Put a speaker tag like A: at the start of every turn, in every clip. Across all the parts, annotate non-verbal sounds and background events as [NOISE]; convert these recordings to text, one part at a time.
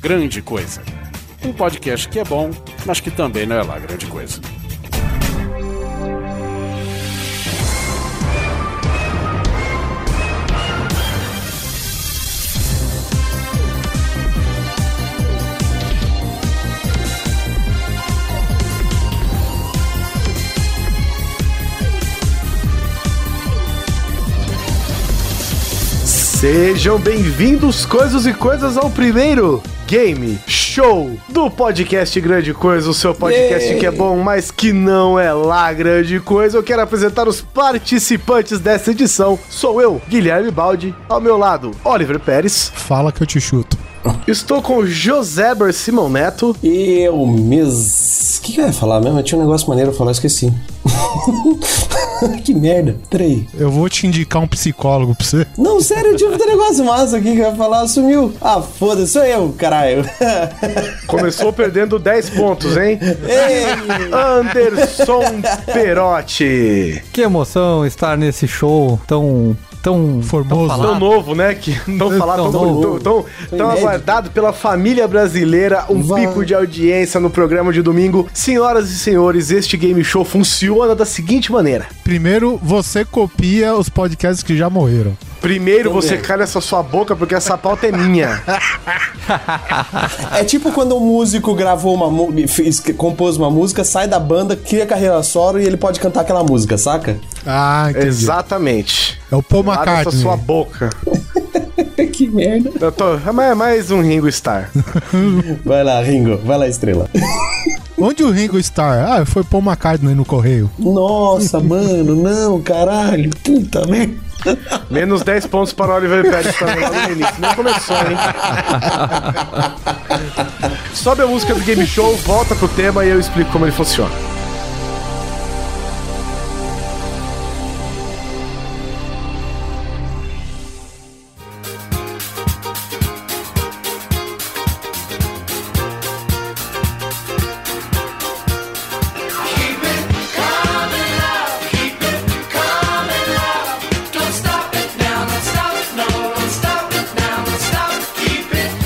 A: grande coisa. Um podcast que é bom, mas que também não é lá grande coisa.
B: Sejam bem-vindos, coisas e coisas, ao primeiro game show do podcast Grande Coisa, o seu podcast que é bom, mas que não é lá grande coisa. Eu quero apresentar os participantes dessa edição. Sou eu, Guilherme Baldi, ao meu lado, Oliver Pérez.
C: Fala que eu te chuto.
B: Estou com José Ber Simão Neto.
D: Eu mesmo. O que, que eu ia falar mesmo? Eu tinha um negócio maneiro pra falar, eu esqueci. [LAUGHS] que merda. Peraí.
C: Eu vou te indicar um psicólogo pra você.
D: Não, sério, eu tinha um negócio massa aqui que eu ia falar, sumiu. Ah, foda-se, sou eu, caralho. [LAUGHS]
B: Começou perdendo 10 pontos, hein?
D: Ei,
B: Anderson Perotti.
E: Que emoção estar nesse show tão. tão. [LAUGHS]
C: Formoso.
E: tão
B: Tão
E: falado.
B: novo, né? Que [LAUGHS] tão falado, tão,
E: Tão
B: tão,
E: novo.
B: tão- tão
D: inédito.
B: aguardado pela família brasileira, um
D: Vai.
B: pico de audiência no programa de domingo. Senhoras e senhores, este game show funciona da seguinte maneira.
C: Primeiro, você copia os podcasts que já morreram.
B: Primeiro
D: Também.
B: você cala essa sua boca porque essa pauta é minha.
D: é tipo quando um músico gravou uma mu- fez- compôs uma música, sai da banda, cria carreira solo e ele pode cantar aquela música, saca?
C: Ah, entendi.
B: Exatamente.
C: É o Paul
B: Cala essa
C: McCartney.
B: sua boca.
D: [LAUGHS] que merda.
B: Eu tô- é mais- mais um Ringo Starr.
D: Vai lá, Ringo, vai lá, estrela.
C: Onde o Ringo Starr? Ah, foi Paul McCartney no correio.
D: Nossa, mano, não, caralho. Puta merda.
B: Menos 10 pontos para o Oliver Pérez também lá no início. Nem começou, hein? Sobe a música do game show, volta pro tema e eu explico como ele funciona.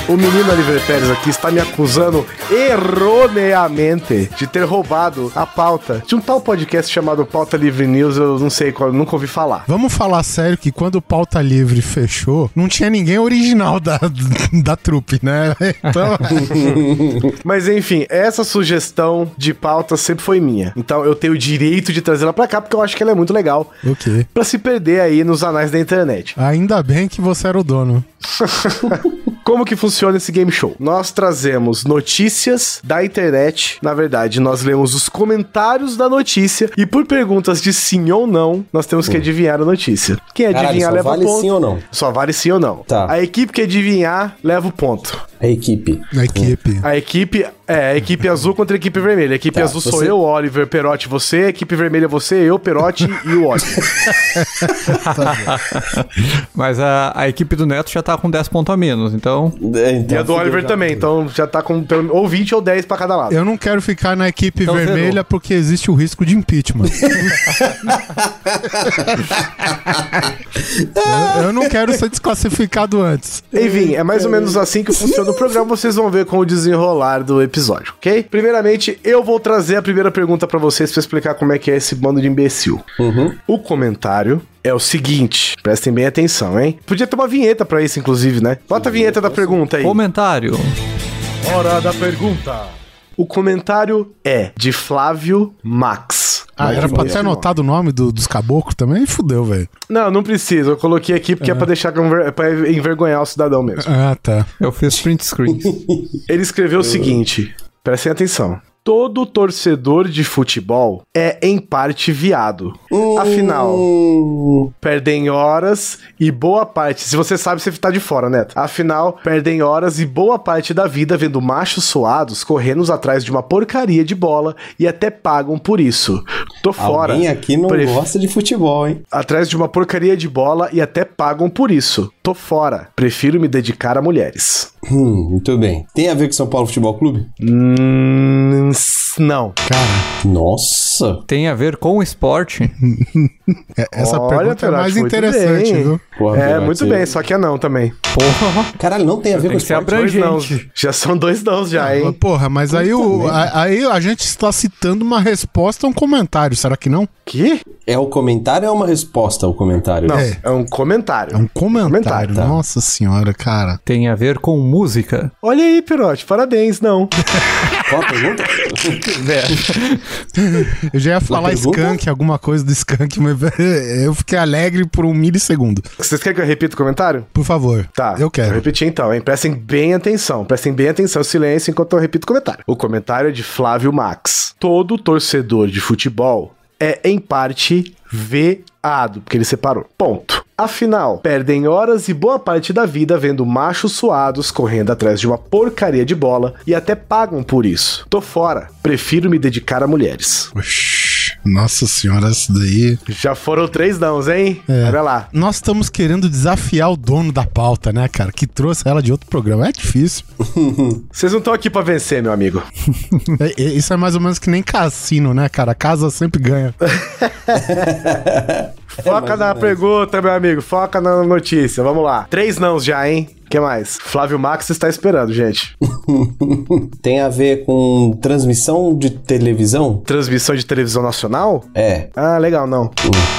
B: O menino Oliver Pérez aqui está me acusando erroneamente de ter roubado a pauta de um tal podcast chamado Pauta Livre News, eu não sei qual, nunca ouvi falar.
C: Vamos falar sério que quando o Pauta Livre fechou, não tinha ninguém original da, da trupe, né? [LAUGHS] Então,
B: Mas enfim, essa sugestão de pauta sempre foi minha. Então eu tenho o direito de trazê-la pra cá porque eu acho que ela é muito legal.
C: ok.
B: Pra se perder aí nos anais da internet.
C: Ainda bem que você era o dono.
B: Como que funciona esse game show? Nós trazemos notícias da internet. Na verdade, nós lemos os comentários da notícia e por perguntas de sim ou não, nós temos que adivinhar a notícia. Quem
D: Hum. Caralho,
B: adivinhar
D: só
B: leva
D: vale
B: ponto.
D: sim ou não?
B: Só vale sim ou não.
D: Tá.
B: A equipe que adivinhar leva o ponto.
D: A equipe.
C: A equipe.
B: A equipe é a equipe azul contra a equipe vermelha. A equipe
D: Tá,
B: azul sou
D: você-
B: eu, Oliver, Perotti, você. A equipe vermelha você, eu, Perotti e o
D: [LAUGHS]
B: Oliver.
E: Mas a, a equipe do Neto já tá com 10 pontos a menos, então.
D: É,
B: E
D: então,
B: a do Oliver também. Então já tá com pelo- ou 20 ou 10 pra cada lado.
C: Eu não quero ficar na equipe
E: Então,
C: vermelha
E: zerou.
C: porque existe o risco de impeachment. eu, eu não quero ser desclassificado antes.
B: Enfim, é mais ou menos assim que funciona o programa. Vocês vão ver com o desenrolar do episódio, ok? Primeiramente, eu vou trazer a primeira pergunta pra vocês pra explicar como é que é esse bando de imbecil. O comentário é o seguinte, prestem bem atenção, hein? Podia ter uma vinheta pra isso, inclusive, né? Bota a vinheta da pergunta aí.
E: Comentário.
B: Hora da pergunta. O comentário é de Flávio Max.
C: Ah,
B: Mas
C: era
B: de
C: pra
B: esse
C: ter
B: nome.
C: anotado o nome do- dos caboclos também? Ih, Fudeu, velho.
B: Não, não precisa. Eu coloquei aqui porque é, pra deixar conver- é pra envergonhar o cidadão mesmo.
C: Ah, tá.
E: Eu fiz
B: [LAUGHS]
E: print screens.
B: Ele escreveu o
D: Uhum.
B: seguinte: prestem atenção. Todo torcedor de futebol é, em parte, viado.
D: Uhum.
B: Afinal,
D: Hum,
B: perdem horas e boa parte. Se você sabe, você tá de fora, Neto. Afinal, perdem horas e boa parte da vida vendo machos suados correndo atrás de uma porcaria de bola e até pagam por isso. Tô fora.
D: alguém aqui não
B: Pref-
D: gosta de futebol, hein?
B: Atrás de uma porcaria de bola e até pagam por isso. Tô fora. Prefiro me dedicar a mulheres.
D: Hum, muito bem. Tem a ver com São Paulo Futebol Clube?
B: Hum, s- não.
C: Cara,
D: Nossa!
E: Tem a ver com o esporte?
C: é- essa
B: Olha,
C: pergunta é
B: Perotti,
C: mais
B: muito
C: interessante,
B: bem.
C: viu?
D: Porra,
B: é,
D: vai
B: muito
D: ser-
B: bem, só que é não também.
E: Porra.
D: Caralho, não tem a ver com
E: Tem que ser
D: esporte.
B: Dois não.
E: abrangente.
B: Já são dois não já,
C: Mas,
B: hein?
C: Porra, mas aí, o, a, aí a gente está citando uma resposta a um comentário, será que não?
B: Que?
D: É o comentário ou é uma resposta ao comentário?
B: Não,
C: É.
B: é, um comentário.
C: É um comentário.
B: Comentário, tá.
C: Nossa senhora, cara.
E: Tem a ver com música?
B: Olha aí, Pirote, parabéns, não.
D: Qual
B: É.
D: a pergunta? [LAUGHS]
C: Eu já ia falar
D: pergunta?
C: skunk, alguma coisa do skunk, mas [LAUGHS] eu fiquei alegre por um milissegundo.
B: Vocês querem que eu repita o comentário?
C: Por favor.
B: Tá.
C: Eu
B: Vou
C: quero.
B: repetir então, hein? Prestem bem atenção. Prestem bem atenção, silêncio, enquanto eu repito o comentário. O comentário é de Flávio Max. Todo torcedor de futebol é, em parte, veado, porque ele separou. Ponto. Afinal, perdem horas e boa parte da vida vendo machos suados correndo atrás de uma porcaria de bola e até pagam por isso. Tô fora. Prefiro me dedicar a mulheres.
C: Oxi, Nossa senhora, isso daí.
B: Já foram três dãos, hein?
C: É.
B: Olha lá.
C: Nós estamos querendo desafiar o dono da pauta, né, cara? Que trouxe ela de outro programa. É difícil. [LAUGHS]
B: Vocês não estão aqui pra vencer, meu amigo.
C: É- é- isso é mais ou menos que nem cassino, né, cara? Casa sempre ganha.
B: É, Foca na pergunta, meu amigo. Foca na notícia. Vamos lá. Três nãos já, hein? O que mais? Flávio Max está esperando, gente.
D: Tem a ver com transmissão de televisão?
B: Transmissão de televisão nacional?
D: É.
B: Ah, legal, não.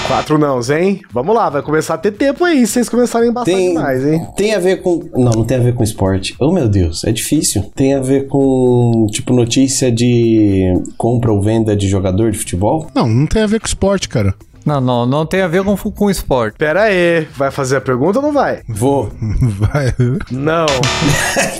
B: Quatro nãos, hein? Vamos lá, vai começar a ter tempo aí, se vocês começarem a embaçar
D: Tem,
B: demais, hein?
D: tem a ver com. Não, não tem a ver com esporte. Oh, meu Deus, é difícil. Tem a ver com, tipo, notícia de compra ou venda de jogador de futebol?
C: Não, não tem a ver com esporte, cara. [LAUGHS]
E: Não, não, não tem a ver com, com
B: [LAUGHS]
E: esporte.
B: Pera aí, vai fazer a pergunta ou não vai?
D: Vou.
C: Vai.
B: Não.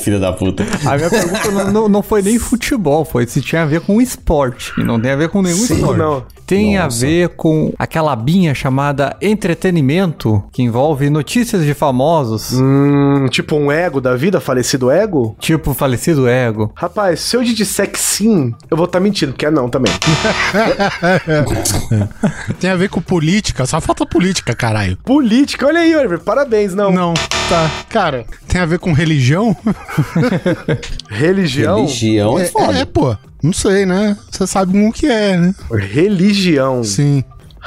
D: Filha da puta.
E: A
B: Ah,
E: minha pergunta não, não- não foi nem futebol, foi se tinha a ver com esporte. E não tem a ver com nenhum
B: Sim,
E: esporte.
B: não.
E: Tem a ver com aquela abinha chamada entretenimento, que envolve notícias de famosos,
B: Hum, tipo um ego da vida, falecido ego?
E: tipo falecido ego.
B: Rapaz, se eu te disser que sim, eu vou estar mentindo, porque é não também.
C: Tem a ver com política. Só falta política, caralho.
B: Política, olha aí, Oliver, parabéns, não.
C: Não, tá. Cara, tem a ver com religião?
B: Religião?
D: Religião
C: [LAUGHS]
D: é
C: É, é,
D: foda.
C: pô. Não sei, né? Você sabe o que é, né?
B: Religião.
C: Sim.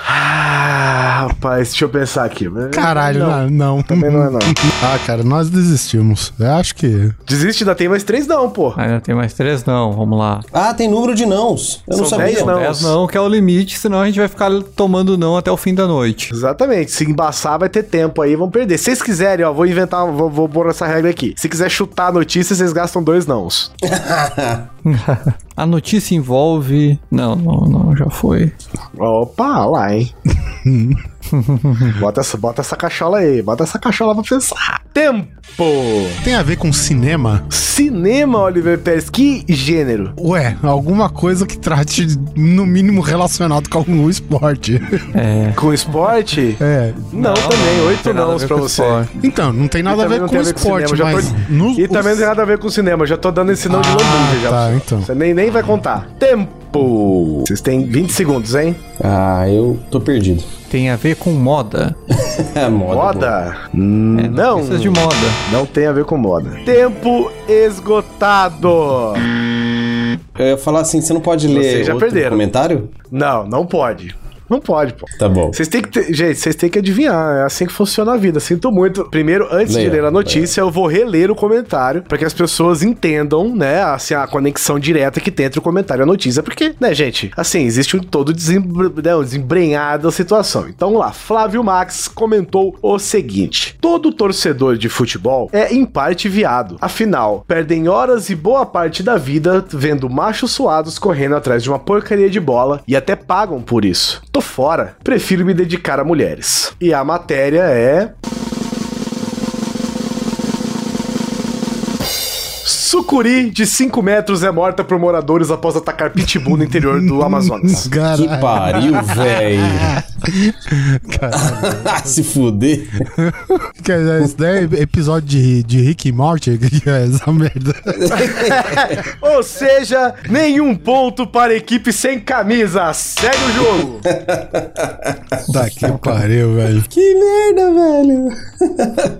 B: Ah, rapaz, deixa eu pensar aqui.
C: Caralho,
B: Não,
C: não. não.
B: Também não é, não.
C: [LAUGHS] Ah, cara, nós desistimos. Eu acho que.
B: Desiste, ainda tem mais três não, pô.
E: Ainda Ah, tem mais três, não. Vamos lá.
D: Ah, tem número de nãos. Eu não
B: São
D: sabia.
B: dez não.
E: Dez não, que é o limite, senão a gente vai ficar tomando não até o fim da noite.
B: Exatamente, se embaçar vai ter tempo aí, vão perder. Se vocês quiserem, ó, vou inventar, vou, vou pôr essa regra aqui. Se quiser chutar a notícia, vocês gastam dois nãos.
E: A notícia envolve. Não, não, não, já foi.
B: Opa, lá,
E: [LAUGHS]
B: hein. bota, essa, bota essa cachola aí, bota essa cachola pra pensar. Tempo!
C: Tem a ver com cinema?
B: Cinema, Oliver Pérez, que gênero?
C: Ué, é, alguma coisa que trate, no mínimo, relacionado com algum
B: [LAUGHS]
C: esporte.
E: É.
B: Com esporte?
C: É.
B: Não,
E: Não,
B: também,
E: não
B: oito
E: tem nada a
B: nãos
E: ver
B: pra
E: com
B: você.
E: esporte.
C: Então, não tem nada
B: E
C: a
B: também
C: ver
B: não
C: com
B: tem a ver com
C: esporte,
B: cinema, já
C: mas.
B: tô-
C: no-
B: E também não tem nada a ver com cinema, eu já tô dando esse não de
C: Ah,
B: lambuja já.
C: tá,
B: pra você.
C: então.
B: Você nem, nem vai contar. Tempo! Vocês têm 20 segundos, hein?
D: Ah, eu tô perdido.
E: Tem a ver com moda.
D: É moda. boa.
B: Moda? Não.
E: Notícias de moda.
B: Não tem a ver com moda. Tempo esgotado!
D: Eu ia falar assim, você não pode ler
B: Vocês já
D: outro
B: perderam.
D: comentário?
B: Não, não pode. Não pode, pô.
D: Tá bom.
B: Vocês têm que ter- gente, vocês têm que adivinhar, é assim que funciona a vida. Sinto muito. Primeiro, antes
D: Leia,
B: de ler a notícia, eu vou reler o comentário pra que as pessoas entendam, né, assim a conexão direta que tem entre o comentário e a notícia, porque, né, gente, assim, existe um todo desembr... né, um desembrenhado da situação. Então, vamos lá, Flávio Max comentou o seguinte: Todo torcedor de futebol é em parte viado. Afinal, perdem horas e boa parte da vida vendo machos suados correndo atrás de uma porcaria de bola e até pagam por isso. Tô fora, prefiro me dedicar a mulheres. E a matéria é. Sucuri de 5 metros é morta por moradores após atacar pitbull no interior do
C: [LAUGHS]
B: Amazonas.
D: Que
C: Caralho.
B: [LAUGHS]
D: pariu, velho. [LAUGHS] Se fuder.
C: Que é- Esse daí é episódio de, de Rick e Morty, [LAUGHS] que é essa merda.
B: Ou seja, nenhum ponto para a equipe sem camisa. Segue o jogo.
C: Tá que pariu, velho.
D: Que merda, velho.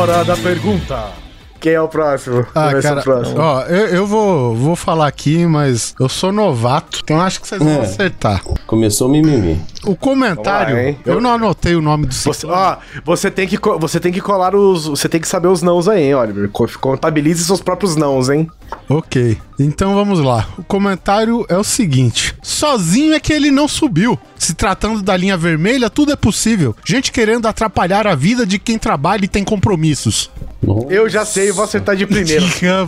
B: Hora da pergunta. Quem é o próximo?
C: Ah,
B: Quem vai ser
C: cara,
B: o próximo?
C: ó, eu, eu vou, vou falar aqui, mas eu sou novato, então acho que vocês vão
D: É.
C: acertar.
D: Começou o mimimi.
C: O comentário,
B: Vamos lá, hein?
C: eu não anotei o nome do
B: Você,
C: ciclone.
B: ó, você tem que co- você tem que colar os, você tem que saber os nãos aí, hein, Oliver. Co- Contabilize seus próprios nãos, hein?
C: Ok, então vamos lá. O comentário é o seguinte: sozinho é que ele não subiu. Se tratando da linha vermelha, tudo é possível. Gente querendo atrapalhar a vida de quem trabalha e tem compromissos.
B: Eu já sei, eu vou acertar de primeira.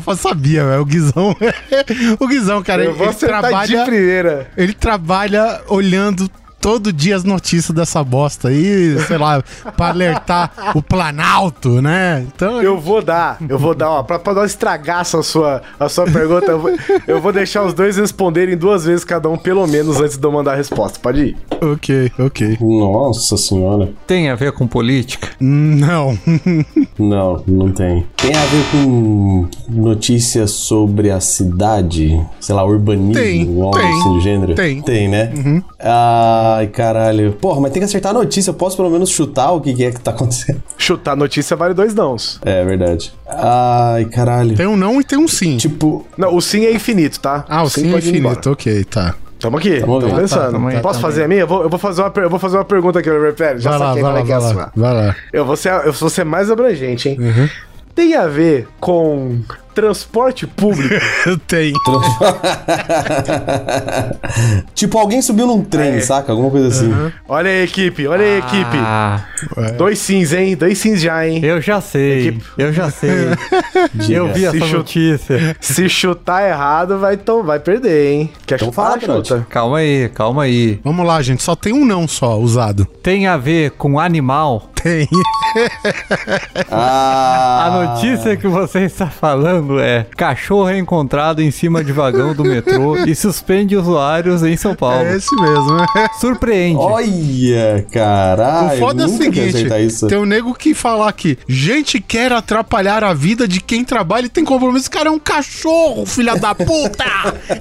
C: Eu sabia, velho. O Guizão. [LAUGHS] o Guizão, cara,
B: Eu vou
C: ele
B: acertar tá de
C: trabalha.
B: primeira.
C: Ele trabalha olhando todo dia as notícias dessa bosta aí, sei lá, pra alertar o Planalto, né? Então,
B: Eu vou dar, eu vou dar, ó, pra, pra não estragar essa sua, a sua pergunta, eu vou, eu vou deixar os dois responderem duas vezes cada um, pelo menos, antes de eu mandar a resposta. Pode ir.
C: ok, ok.
D: Nossa senhora.
E: Tem a ver com política?
C: Não.
D: Não, não tem. Tem a ver com notícias sobre a cidade? Sei lá, urbanismo,
C: Tem,
D: algo
C: tem,
D: assim do gênero?
C: tem. Uhum.
D: Tem, né? Ai, caralho. Porra, mas tem que acertar a notícia. Eu posso pelo menos chutar o que que é que tá acontecendo? [LAUGHS]
B: Chutar notícia vale dois nãos.
D: É, verdade. Ai, caralho.
C: Tem um não e tem um sim.
D: Tipo,
B: Não, o sim é infinito, tá?
C: Ah, o sim é
B: pode ir embora.
C: infinito, ok, tá.
B: Tamo aqui,
D: Tamo
B: tamo,
D: vendo.
B: pensando.
E: Tá, tamo aí,
B: Posso
E: tamo
B: fazer a minha? Eu vou, eu vou fazer uma, per- eu vou fazer uma pergunta aqui, Oliver Pérez. Já
C: Vai lá,
B: saquei
C: vai
B: qual
C: lá,
B: é que é a
C: vai lá,
B: sua.
C: Uhum. vai lá.
B: Eu vou ser, eu vou ser mais abrangente, hein? Tem a ver com transporte público?
C: Eu tenho.
D: tipo, alguém subiu num trem, saca? Alguma coisa assim.
B: olha aí, equipe, olha aí, equipe.
E: Ah,
C: É.
B: Dois sims, hein? Dois sims já, hein?
E: eu já sei. Eu já sei. eu vi
B: Se
E: essa
B: chu-
E: notícia.
B: Se chutar errado, vai, tom, vai perder, hein? Quer
D: Então
B: chutar?
D: fala, Trote.
B: chuta.
E: Calma aí, calma aí.
C: Vamos lá, gente. Só tem um não só usado.
E: Tem a ver com animal?
C: Tem. [LAUGHS]
D: Ah,
E: A notícia que você está falando é: cachorro é encontrado em cima de vagão do metrô e suspende usuários em São Paulo.
C: É esse mesmo. né?
E: Surpreende.
D: Olha,
B: Ah,
D: caralho.
C: o foda é o
D: nunca ia
C: seguinte:
D: acertar isso.
C: tem um nego que falar que gente quer atrapalhar a vida de quem trabalha e tem compromisso. Cara, é um cachorro, filha da puta!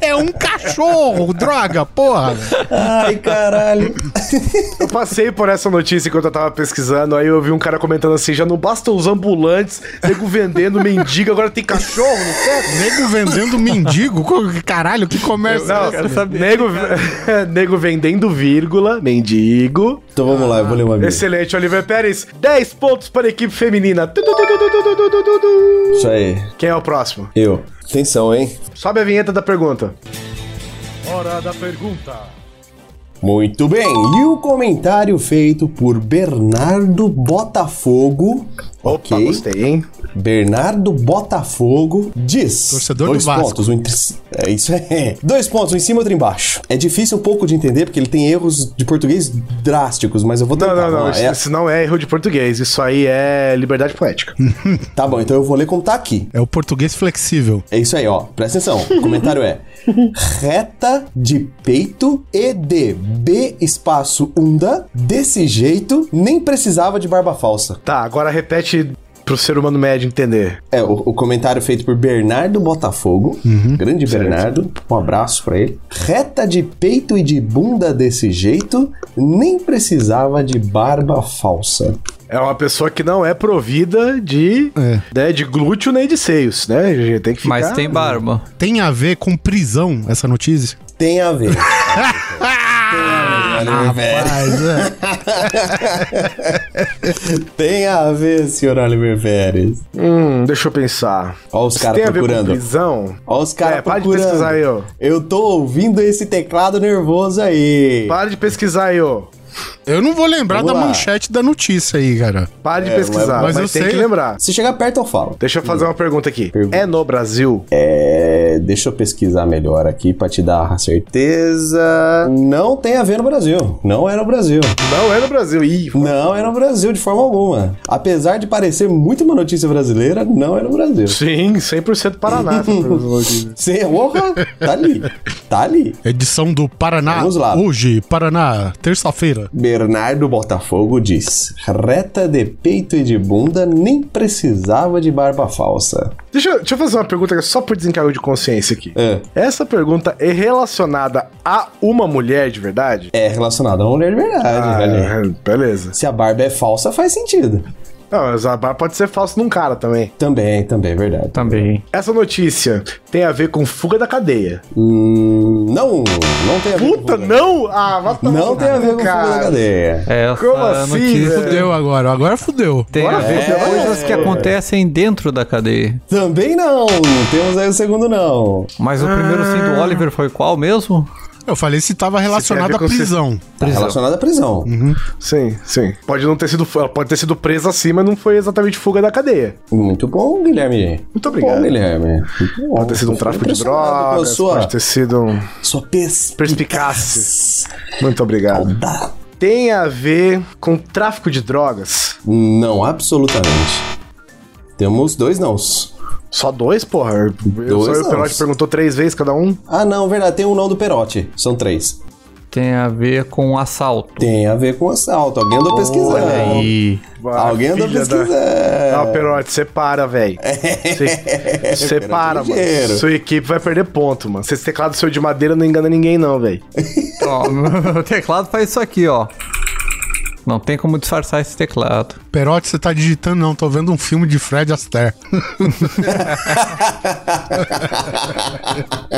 C: É um cachorro, droga, porra!
D: Ai, caralho.
B: Eu passei por essa notícia enquanto eu tava pesquisando, aí eu vi um cara comentando assim, já não bastam os ambulantes, nego vendendo, mendigo, agora tem cachorro no teto.
C: Nego vendendo mendigo? Co- Caralho, que comércio é
B: Não,
C: esse?
B: nego, [LAUGHS] nego vendendo vírgula, mendigo.
D: Então vamos lá, eu vou ler uma vez.
B: Excelente, Oliver Pérez. 10 pontos para a equipe feminina. Tu, tu, tu, tu, tu, tu, tu, tu, tu, tu.
D: Isso aí.
B: Quem é o próximo?
D: Eu. Atenção, hein?
B: Sobe a vinheta da pergunta. Hora da pergunta.
D: Muito bem. E o comentário feito por Bernardo Botafogo.
B: Opa, Tá, gostei, hein?
D: Bernardo Botafogo diz.
C: Torcedor
D: dois
C: do Vasco.
D: pontos, um entre... É isso [LAUGHS] é. Dois pontos, um em cima outro embaixo. É difícil um pouco de entender, porque ele tem erros de português drásticos, mas eu vou tentar.
B: Não, não, não.
D: vamos lá.
B: Isso,
D: É-
B: isso não é erro de português. Isso aí é liberdade poética.
D: Tá bom, então eu vou ler como tá aqui.
C: É o português flexível.
D: É isso aí, ó. Presta atenção. O comentário é: [LAUGHS] reta de peito e de B espaço unda. Desse jeito, nem precisava de barba falsa.
B: tá, agora repete pro ser humano médio entender.
D: É, o, o comentário feito por Bernardo Botafogo.
B: Uhum.
D: Grande Bernardo. Um abraço pra ele. Reta de peito e de bunda desse jeito, nem precisava de barba falsa.
B: É uma pessoa que não é provida de,
C: É.
B: né, de glúteo nem de seios, né? A gente tem que ficar...
E: Mas tem barba.
C: Tem a ver com prisão essa notícia?
D: Tem a ver.
B: [LAUGHS] Ah,
C: Mas é.
D: Tem a ver, senhor Oliver Pérez.
B: Hum, deixa eu pensar.
D: Ó os
B: Isso
D: caras
B: tem a ver com
D: procurando.
B: prisão?
D: Ó os caras
B: É, para de
D: procurando.
B: pesquisar aí, ó.
D: Eu tô ouvindo esse teclado nervoso aí.
B: Para de pesquisar aí, ô.
C: Eu não vou lembrar
D: Vamos
C: da
D: lá.
C: manchete da notícia aí, cara.
B: Para de
D: É,
B: pesquisar, mas,
C: mas- mas eu
B: tem
C: sei.
B: que lembrar.
D: Se chegar perto, eu falo.
B: Deixa eu fazer uma pergunta aqui.
D: Pergunta.
B: É no Brasil?
D: É, deixa eu pesquisar melhor aqui pra te dar a certeza. Não tem a ver no Brasil. Não é no Brasil.
B: Não é no Brasil. Ih,
D: Não é no Brasil de forma alguma. Apesar de parecer muito uma notícia brasileira, não é no Brasil.
B: sim, 100% Paraná. [LAUGHS] essa pergunta.
D: Você errou, tá ali. Tá ali.
C: Edição do Paraná.
D: Vamos lá.
C: Hoje, Paraná, terça-feira.
D: Bernardo Botafogo diz: reta de peito e de bunda nem precisava de barba falsa.
B: deixa, eu- deixa eu fazer uma pergunta que é só por desencargo de consciência aqui.
D: É,
B: Essa pergunta é relacionada a uma mulher de verdade? Ah,
D: Ah, é relacionado a uma mulher de verdade, olha aí.
B: beleza.
D: Se a barba é falsa, faz sentido.
B: Não, mas a barba pode ser falso num cara também.
D: Também, também, é verdade.
E: Também.
B: Essa notícia tem a ver com fuga da cadeia.
D: Hum, não, não tem a ver
B: Puta,
D: com fuga.
B: não! Ah, vai tomar
D: Não
B: no
D: tem a ver com fuga da cadeia.
E: Essa
B: Como assim,
E: notícia
B: velho?
C: Fudeu agora, agora fudeu.
E: ah, tem a
B: Bora
E: ver
D: ver,
E: com
D: é.
E: coisas que acontecem dentro da cadeia.
D: Também não, temos aí o segundo não.
E: Mas o primeiro sim
B: Ah.
E: do Oliver foi qual mesmo?
C: Eu falei se tava relacionado
B: tem a
C: à
B: ver com
C: prisão.
D: Tá relacionado à prisão.
B: Uhum. Sim, sim. Pode não ter sido. Ela pode ter sido presa assim, mas não foi exatamente fuga da cadeia.
D: Muito bom, Guilherme.
B: Muito obrigado.
D: Bom, Guilherme. Muito bom.
B: Pode ter sido um
D: Tô
B: tráfico de
D: impressionado com a
B: drogas,
D: Sua,
B: pode ter sido um
D: sua pes...
B: perspicácia. Muito obrigado.
D: Dá.
B: Tem a ver com tráfico de drogas?
D: Não, absolutamente. Temos dois nãos.
B: Só dois, porra? Eu
D: Dois
B: só eu e o
D: não.
B: Perotti perguntou três vezes cada um.
D: Ah, não, verdade, tem um não do Perote. São três.
E: Tem a ver com assalto.
D: Tem a ver com assalto. Alguém andou pesquisando.
E: E
D: Alguém andou
B: Filha da-
D: pesquisando.
B: Ah, Perotti, você para, velho.
D: É. [LAUGHS]
B: Você [LAUGHS] para, mano.
D: ligeiro.
B: Sua equipe vai perder ponto, mano. Se esse teclado seu de madeira não engana ninguém, não, velho.
E: ó, [LAUGHS] o teclado faz isso aqui, ó. Não tem como disfarçar esse teclado.
C: Perote, você tá digitando não, tô vendo um filme de Fred Astaire. [LAUGHS]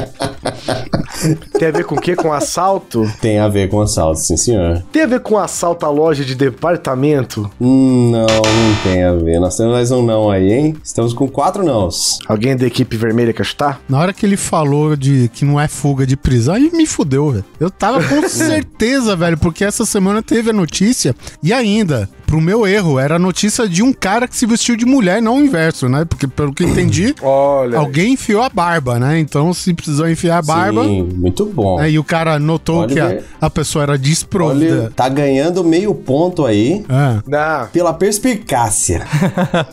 B: Tem a ver com o quê? Com assalto?
D: Tem a ver com assalto, sim, senhor.
B: Tem a ver com assalto à loja de departamento?
D: Hum, Não, não tem a ver. Nós temos mais um não aí, hein? Estamos com quatro nãos.
B: Alguém da equipe vermelha quer chutar?
C: Na hora que ele falou de que não é fuga de prisão, aí me fudeu, velho. Eu tava com certeza, velho, porque essa semana teve a notícia e ainda, pro meu erro, era a notícia de um cara que se vestiu de mulher, não o inverso, né? Porque pelo que eu entendi,
B: Olha.
C: alguém enfiou a barba, né? Então se precisou enfiar a barba,
D: Sim, muito bom.
C: né? e o cara notou
D: Olha
C: que a,
D: ver.
C: a pessoa era
D: Olha,
C: desprovida.
D: tá ganhando meio ponto aí
C: Ah,
B: Não.
D: pela perspicácia.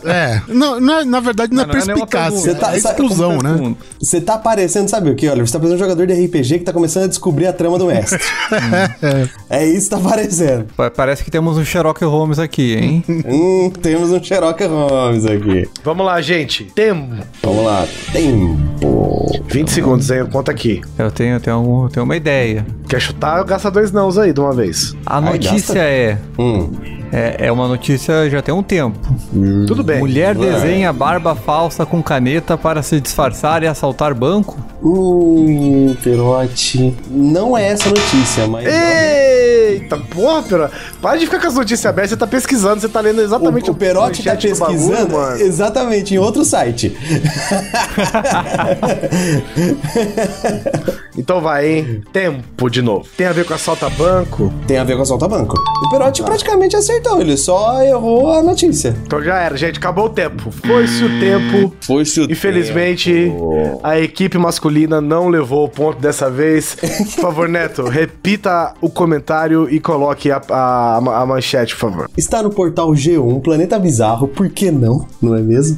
C: é. Não, não é- na verdade, não,
E: Não,
C: é
E: não é nenhuma
C: perspicácia. é
E: pergunta.
D: Você tá-
C: exclusão, né?
D: Você tá parecendo, sabe o que, Oliver? Você tá parecendo um jogador de RPG que tá começando a descobrir a trama do mestre. é isso que tá parecendo.
E: Pa- Parece que temos um Sherlock Holmes aqui,
B: [LAUGHS]
E: hein?
D: Hum, temos um Xeroca Holmes aqui.
B: Vamos lá, gente. Tempo.
D: Vamos lá. Tempo.
B: 20 segundos, hein? Eu conto aqui.
E: Eu tenho, eu tenho, algum- eu tenho uma ideia.
B: Quer chutar? Gasta dois nãos aí de uma vez.
E: A
D: Ai, gasta.
E: notícia é,
D: Hum.
E: é. É uma notícia já tem um tempo.
B: Tudo bem.
E: Mulher
D: Ué.
E: desenha barba falsa com caneta para se disfarçar e assaltar banco?
D: Ui, Perote. Não é essa notícia, mas.
B: Eita, porra, Perotti. Para de ficar com as notícias abertas. Você tá pesquisando, você tá lendo exatamente
D: O, o Perotti tá
B: manchete do um bagulho,
D: pesquisando exatamente em outro site. [LAUGHS]
B: Então vai, hein? Tempo de novo. Tem a ver com assalto a banco?
D: Tem a ver com assalto a banco. O Perotti praticamente acertou, ele só errou a notícia.
B: Então já era, gente. Acabou o tempo. Foi-se o tempo.
D: Foi chute.
B: Infelizmente, a equipe masculina não levou o ponto dessa vez. Por favor, Neto, repita o comentário e coloque a, a, a manchete, por favor.
D: Está no portal G1, Planeta Bizarro, por que não? Não é mesmo?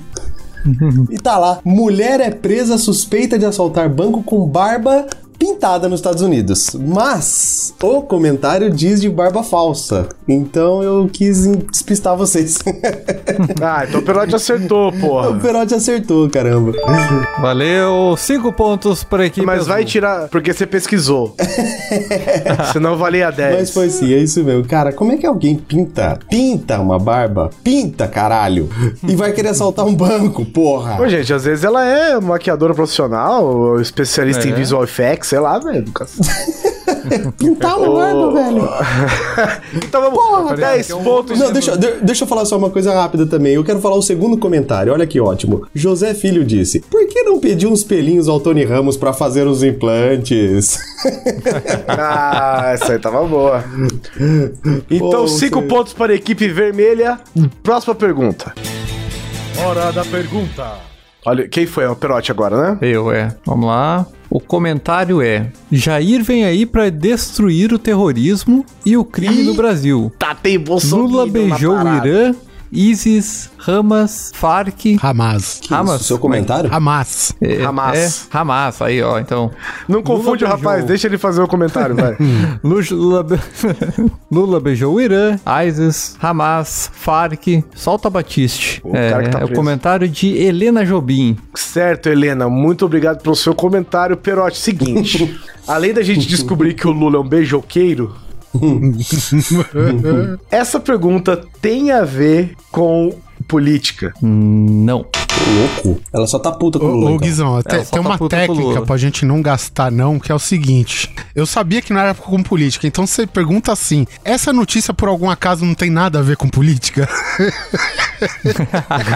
D: e tá lá, mulher é presa suspeita de assaltar banco com barba pintada nos Estados Unidos. Mas o comentário diz de barba falsa. Então eu quis despistar vocês. [LAUGHS]
B: Ah, então o Perotti acertou,
D: o
B: porra.
D: Perotti acertou, caramba.
E: Valeu, cinco pontos para a equipe.
B: Mas
E: azul.
B: vai tirar, porque você
D: [LAUGHS]
B: pesquisou. Senão valia 10.
D: Mas foi sim, é isso mesmo. Cara, como é que alguém pinta, pinta uma barba, pinta, caralho, e vai querer assaltar um banco, porra?
B: Pô, gente, às vezes ela é maquiadora profissional, ou especialista em
E: É.
B: visual effects, sei lá, velho.
D: Pintar uma barba, velho.
B: [LAUGHS] Então vamos,
D: Porra,
B: 10
E: cara,
B: pontos.
D: Não, deixa, de- deixa eu falar só uma coisa rápida também. Eu quero falar o segundo comentário. Olha que ótimo. José Filho disse: Por que não pediu uns pelinhos ao Tony Ramos pra fazer os
C: [LAUGHS]
D: implantes?
B: Ah, essa aí tava
D: [LAUGHS]
B: boa. Então,
D: Bom,
B: 5
D: sei.
B: pontos para a equipe vermelha. Próxima pergunta. Hora da pergunta. Olha, quem foi? É o Perotti agora, né?
E: Eu, é. Vamos lá. O comentário é: Jair vem aí para destruir o terrorismo e o crime no Brasil.
B: Tá, tem Bolsonaro.
E: Lula beijou o Irã, ISIS, Hamas, Farc.
C: Hamas.
E: Hamas.
D: Seu comentário?
C: Hamas.
E: É,
B: Hamas.
E: É, Hamas, aí, ó.
B: [LAUGHS]
E: Então,
B: Não confunde
E: Lula
B: o rapaz,
E: beijou.
B: deixa ele fazer o comentário, [LAUGHS] vai.
E: Lu-
B: [LAUGHS]
E: Lula, be- Lula beijou o Irã, ISIS, Hamas, Farc, solta Batiste.
B: O cara que tá
E: é o
B: preso.
E: comentário de Helena Jobim.
B: Certo, Helena, muito obrigado pelo seu comentário, Perotti.
C: [LAUGHS]
B: Seguinte, além da gente descobrir que o Lula é um beijoqueiro, essa pergunta tem a ver com política?
C: Hum.
E: Não.
D: Ô, louco. Ela só tá puta com o
C: Ô,
D: Lula.
C: ô,
D: então.
C: Guizão,
E: Ela
C: até,
E: só
C: tem
E: tá
C: uma
E: puta com o
C: técnica
E: Lula.
C: pra gente não gastar, não, que é o seguinte. Eu sabia que não era com política, então você pergunta assim: essa notícia por algum acaso não tem nada a ver com política? [LAUGHS]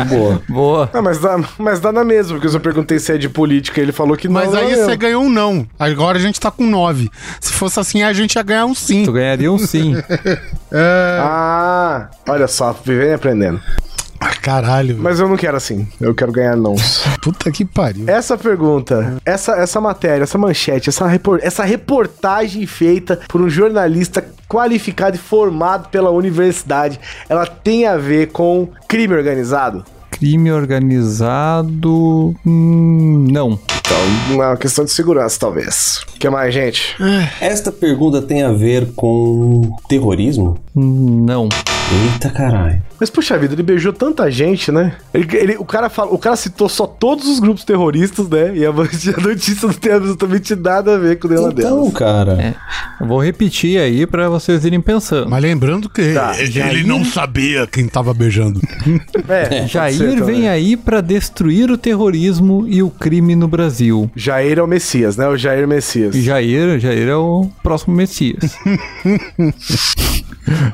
D: Boa.
E: Boa.
B: Ah, mas dá, mas dá na mesma, porque eu só perguntei se é de política. Ele falou que não.
C: Mas
B: não
C: aí
B: é
C: você
B: mesmo.
C: ganhou um não. Agora a gente tá com nove. Se fosse assim, a gente ia ganhar um sim.
E: Tu ganharia
B: [LAUGHS]
E: um sim.
B: Ah, olha só, vivendo e aprendendo.
C: Ah, caralho, velho.
B: Mas eu não quero assim. Eu quero ganhar não.
C: puta que pariu.
B: Essa pergunta, essa, essa matéria, essa manchete, essa, repor- essa reportagem feita por um jornalista qualificado e formado pela universidade, ela tem a ver com crime organizado?
E: Crime organizado. hum, não.
B: Então, uma questão de segurança, talvez. O que mais, gente?
D: Esta pergunta tem a ver com terrorismo?
E: Hum, Não.
D: Eita caralho.
B: Mas, puxa vida, ele beijou tanta gente, né? Ele, ele- o, cara fala, o cara citou só todos os grupos terroristas, né? E a, [LAUGHS] man- a notícia não tem absolutamente nada a ver com nenhuma é delas.
D: Então,
C: É,
D: cara.
E: Eu vou repetir aí pra vocês irem pensando.
C: Mas lembrando que
B: Tá,
C: ele não sabia quem tava beijando.
B: É, pode ser
E: Jair
B: também.
E: vem aí pra destruir o terrorismo e o crime no Brasil.
B: Jair é o Messias, né? O Jair Messias.
E: E Jair, Jair é o próximo
B: [LAUGHS]
E: Messias.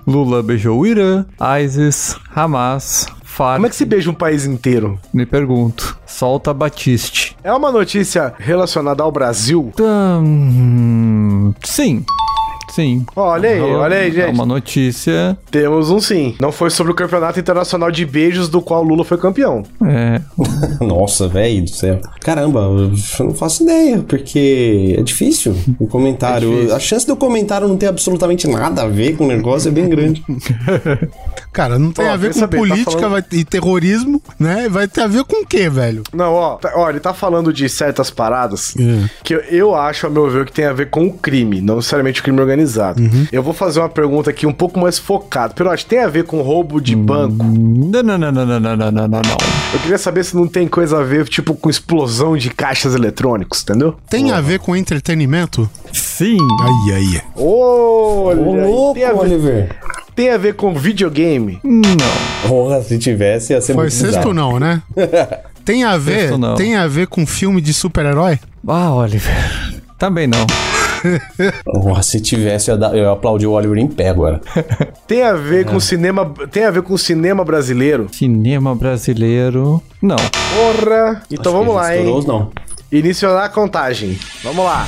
E: Lula beijou o Irã, ISIS, Hamas, Farc.
B: Como é que se beija um país inteiro?
E: Me pergunto. Solta Batiste.
B: É uma notícia relacionada ao Brasil?
E: Hum, sim. Sim.
B: Olha aí, olha aí,
E: É
B: gente.
E: uma notícia.
B: Temos um sim. Não foi sobre o Campeonato Internacional de Beijos, do qual Lula foi campeão.
E: É,
D: [LAUGHS] Nossa, velho do céu. Caramba, eu não faço ideia, porque é difícil
B: [LAUGHS]
D: o comentário.
B: É
D: A chance do comentário não ter absolutamente nada a ver com o negócio é
B: [LAUGHS]
D: bem grande.
C: Cara, não tem
B: Ó,
C: a ver
B: quer
C: com
B: saber, tá
C: política
B: falando-
C: vai- e terrorismo, né? Vai ter a ver com o quê, velho?
B: Não, ó, tá- ó, ele tá falando de certas paradas
C: É.
B: que eu, eu acho, a meu ver, que tem a ver com o crime, não necessariamente o crime organizado.
D: Uhum.
B: Eu vou fazer uma pergunta aqui um pouco mais focada. Perote, tem a ver com roubo de
D: Uhum.
B: banco?
E: Não, não, não, não, não, não, não, não, não.
B: Eu queria saber se não tem coisa a ver, tipo, com explosão de caixas eletrônicos, entendeu?
C: Tem a ver com entretenimento?
E: Sim.
C: Aí, aí.
B: Olha,
D: Ô, louco,
B: tem, a ver,
D: Oliver.
B: tem a ver com videogame?
E: Não.
D: Porra, se tivesse, ia ser
C: Foi
D: muito
C: sexto
D: bizarro.
C: não, né? Tem a ver,
E: Sexto não.
C: tem a ver com filme de super-herói?
E: Ah, Oliver. Também não.
D: Porra, se tivesse, eu ia dar- eu ia aplaudir o Oliver em pé agora.
B: Tem a ver
D: É.
B: com cinema, tem a ver com cinema brasileiro?
E: Cinema brasileiro. Não.
B: Porra! [LAUGHS] Então
D: Acho que
B: vamos lá,
D: estourou
B: hein?
D: os Não.
B: Iniciar a contagem. Vamos lá.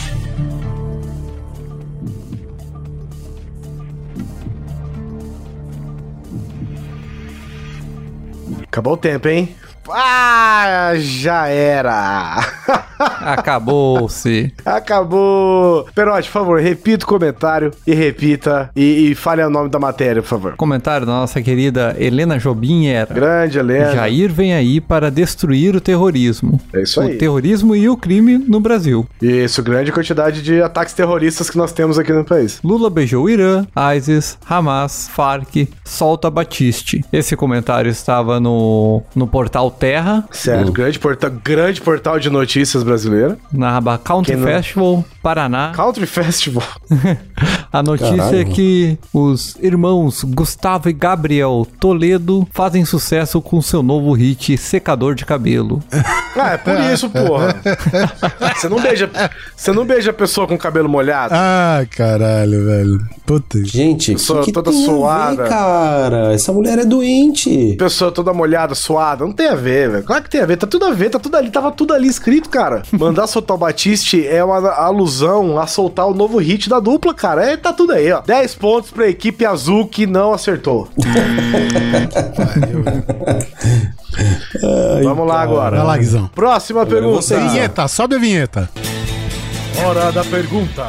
B: Acabou o tempo, hein? Ah, já era! [LAUGHS]
E: Acabou-se. [LAUGHS]
B: Acabou! Perote, por favor, repita o comentário e repita e, e fale o nome da matéria, por favor.
E: Comentário da nossa querida Helena Jobim era.
B: Grande, Helena.
E: Jair vem aí para destruir o terrorismo.
B: É isso aí.
E: O terrorismo e o crime no Brasil.
B: Isso, grande quantidade de ataques terroristas que nós temos aqui no país.
E: Lula beijou o Irã, ISIS, Hamas, Farc, solta Batiste. Esse comentário estava no, no portal Terra,
B: Certo, Uhum. grande, porta grande portal de notícias brasileira.
E: na aba County
B: Quem não-
E: Festival, Paraná.
B: Country Festival.
E: [LAUGHS] A notícia
D: Caralho,
E: é que os irmãos Gustavo e Gabriel Toledo fazem sucesso com seu novo hit Secador de Cabelo.
B: Ah, é por isso, porra. Você não beija, você não beija a pessoa com cabelo molhado?
C: Ah, caralho, velho. Puta.
D: Gente,
B: Pessoa
D: que, que
B: toda
D: tem a ver,
B: suada.
D: cara? Essa mulher é doente.
B: Pessoa toda molhada, suada, não tem a ver, velho. Claro que tem a ver, tá tudo a ver, tá tudo ali, tava tudo ali escrito,
C: [LAUGHS]
B: cara. Mandar soltar o Batiste é uma alusão a soltar o novo hit da dupla, cara. É, tá tudo aí, ó. 10 pontos pra equipe azul que não acertou. Vamos lá agora.
C: Vai lá, Guizão. é
B: Próxima pergunta.
D: você, Guizão.
C: Vinheta, sobe a vinheta.
B: Hora da pergunta.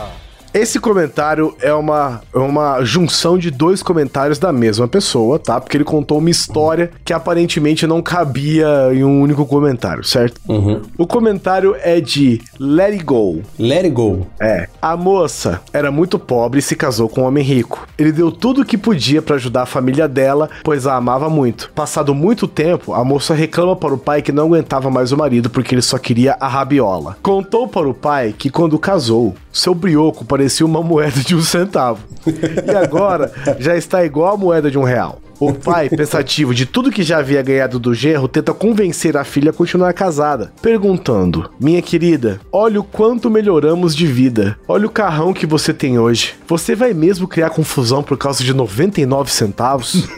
B: Esse comentário é uma, é uma junção de dois comentários da mesma pessoa, tá? Porque ele contou uma história que aparentemente não cabia em um único comentário, certo?
D: Uhum.
B: O comentário é de Let It Go.
D: Let it go.
B: É. A moça era muito pobre e se casou com um homem rico. Ele deu tudo o que podia pra ajudar a família dela, pois a amava muito. Passado muito tempo, a moça reclama para o pai que não aguentava mais o marido porque ele só queria a rabiola. Contou para o pai que quando casou, seu brioco parecia uma moeda de um centavo. E agora já está igual a moeda de um real. O pai, pensativo de tudo que já havia ganhado do genro, tenta convencer a filha a continuar casada, perguntando: Minha querida, olha o quanto melhoramos de vida. Olha o carrão que você tem hoje. Você vai mesmo criar confusão por causa de 99 centavos?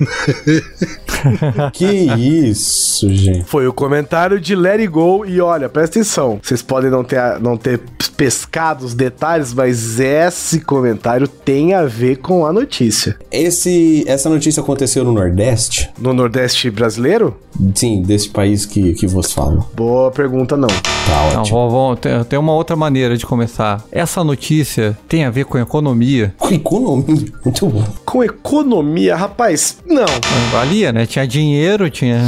D: Que isso,
B: [LAUGHS]
D: gente.
B: Foi o comentário de Let It Go e olha, presta atenção. Vocês podem não ter, não ter pescado os detalhes, mas esse comentário tem a ver com a notícia.
D: Esse, essa notícia aconteceu no Nordeste?
B: No Nordeste brasileiro?
D: Sim, desse país que, que vos falo.
B: Boa pergunta, não.
D: Tá
E: Não,
D: ótimo.
E: Então, vou, vou- tem, tem uma outra maneira de começar. Essa notícia tem a ver com economia.
D: [LAUGHS] Economia. Muito bom.
B: Com economia, rapaz, não.
E: Valia, né? Tinha dinheiro, tinha.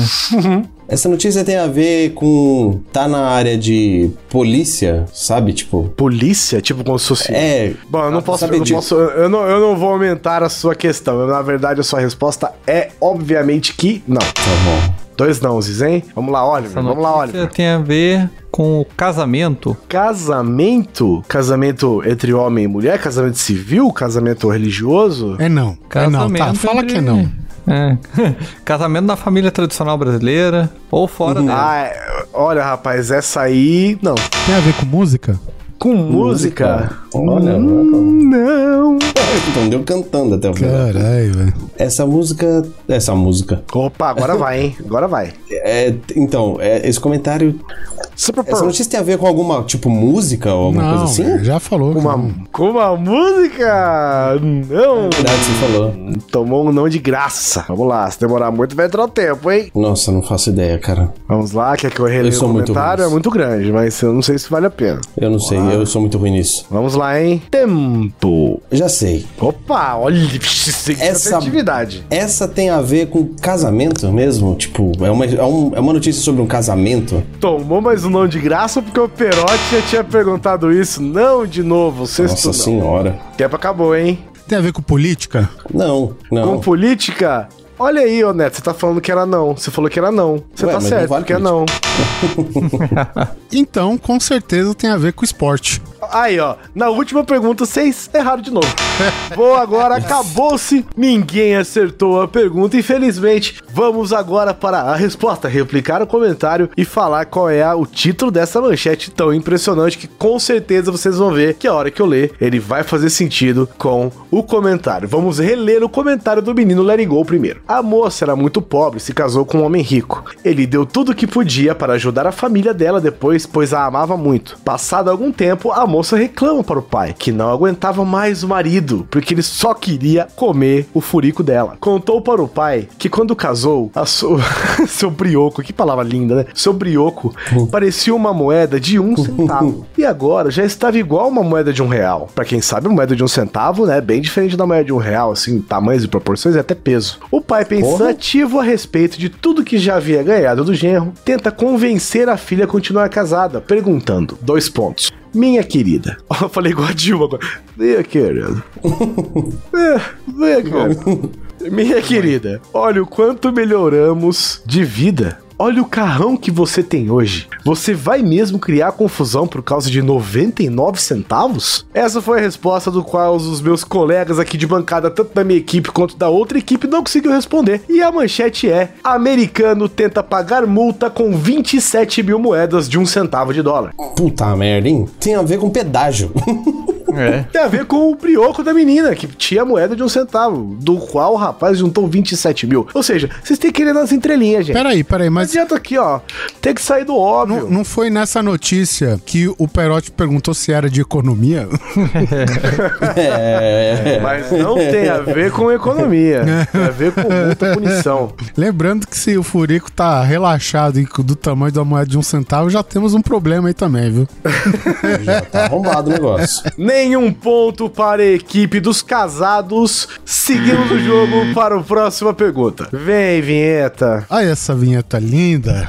D: Essa notícia tem a ver com. Tá na área de polícia, sabe? Tipo.
B: Polícia? Tipo, como se fosse.
D: É.
B: Bom, eu não
D: Ah,
B: posso.
D: sabe
B: Eu não,
D: disso.
B: posso- eu, não, eu não vou aumentar a sua questão. Eu, na verdade, a sua resposta é, obviamente, que não.
D: Tá bom.
B: Dois nãozes, hein? Vamos lá, Oliver.
E: Essa
B: Vamos lá,
E: notícia
B: Oliver.
E: tem a ver com o casamento.
B: Casamento? Casamento entre homem e mulher? Casamento civil? Casamento religioso?
C: É não. É não, tá?
E: Casamento
C: Fala
E: entre-
C: que é não.
E: É. [LAUGHS] Casamento na família tradicional brasileira ou fora dela.
B: Ah, é- olha, rapaz, essa aí. Não.
C: Tem a ver com música?
B: Com música? Hum.
D: Olha,
B: Não.
D: então deu cantando até o final.
C: Caralho, velho.
D: Essa música. Essa música.
B: Opa, agora vai, hein? Agora vai.
D: É, então, é, esse comentário.
B: Super
D: Essa notícia tem a ver com alguma, tipo, música ou alguma
C: Não,
D: coisa assim?
C: velho, já falou. que não.
B: Uma, com uma música? Não.
D: Verdade, você falou.
B: Tomou um não de graça. Vamos lá, se demorar muito vai entrar o tempo, hein?
D: Nossa, não faço ideia, cara.
B: Vamos lá, quer que eu releia
D: Eu
B: o
D: sou muito
B: comentário?
D: ruim.
B: é muito grande, mas eu não sei se vale a pena.
D: Eu não sei, eu sou muito ruim nisso.
B: Vamos lá, hein? Tempo.
D: Já sei.
B: Opa, olha, vixe, sem
D: Essa-
B: criatividade.
D: Essa tem a ver com casamento mesmo? Tipo, é uma, é um- é uma notícia sobre um casamento?
B: Tomou mais um não de graça porque o Perotti já tinha perguntado isso. Não de novo, sexto
D: Nossa
B: não.
D: senhora.
B: Tempo acabou, hein?
C: Tem a ver com política?
D: Não, não.
B: Com política... Olha aí, ô Neto, você tá falando que era não. Você falou que era não. Você
D: Ué,
B: tá
D: mas não
B: certo,
D: vale
B: que é não.
C: Então, com certeza tem a ver com esporte.
B: Aí, ó. Na última pergunta, vocês erraram de novo. Vou agora, acabou-se. Ninguém acertou a pergunta, infelizmente. Vamos agora para a resposta, replicar o comentário e falar qual é a- o título dessa manchete tão impressionante que com certeza vocês vão ver que a hora que eu ler, ele vai fazer sentido com o comentário. Vamos reler o comentário do menino Larry Go primeiro. A moça era muito pobre, se casou com um homem rico. Ele deu tudo o que podia para ajudar a família dela depois, pois a amava muito. Passado algum tempo, a moça reclama para o pai, que não aguentava mais o marido, porque ele só queria comer o furico dela. Contou para o pai que quando casou, a su- [LAUGHS] seu brioco, que palavra linda, né? Seu brioco parecia uma moeda de um centavo. E agora já estava igual uma moeda de um real. Para quem sabe, uma moeda de um centavo, né? é Bem diferente da moeda de um real, assim, tamanhos e proporções e até peso. O pai pensante ativo a respeito de tudo que já havia ganhado do genro, tenta convencer a filha a continuar casada, perguntando: dois pontos. Minha querida. [LAUGHS] Ó, Eu falei igual a Dilma agora. Minha querida. É, minha querida. [LAUGHS] Minha querida, olha o quanto melhoramos de vida. Olha o carrão que você tem hoje. Você vai mesmo criar confusão por causa de 99 centavos? Essa foi a resposta do qual os meus colegas aqui de bancada, tanto da minha equipe quanto da outra equipe, não conseguiu responder. E a manchete é: americano tenta pagar multa com 27 mil moedas de um centavo de dólar.
D: Puta merda, hein? Tem a ver com pedágio. [LAUGHS]
E: É.
B: Tem a ver com o brioco da menina, que tinha moeda de um centavo, do qual o rapaz juntou 27 mil. Ou seja, vocês têm que ler nas entrelinhas, gente.
C: Peraí, peraí,
B: Não
C: mas
B: adianta aqui, ó. Tem que sair do óbvio.
C: não, não foi nessa notícia que o Perotti perguntou se era de economia? [LAUGHS]
D: É,
B: Mas não tem a ver com
C: [LAUGHS]
B: economia. tem a ver com multa e punição.
C: Lembrando que se o Furico tá relaxado e do tamanho da moeda de um centavo, já temos um problema aí também, viu?
D: já tá arrombado o negócio.
B: Nenhum ponto para a equipe dos casados. Seguimos o jogo para a próxima pergunta. Vem, vinheta.
C: Olha essa vinheta linda.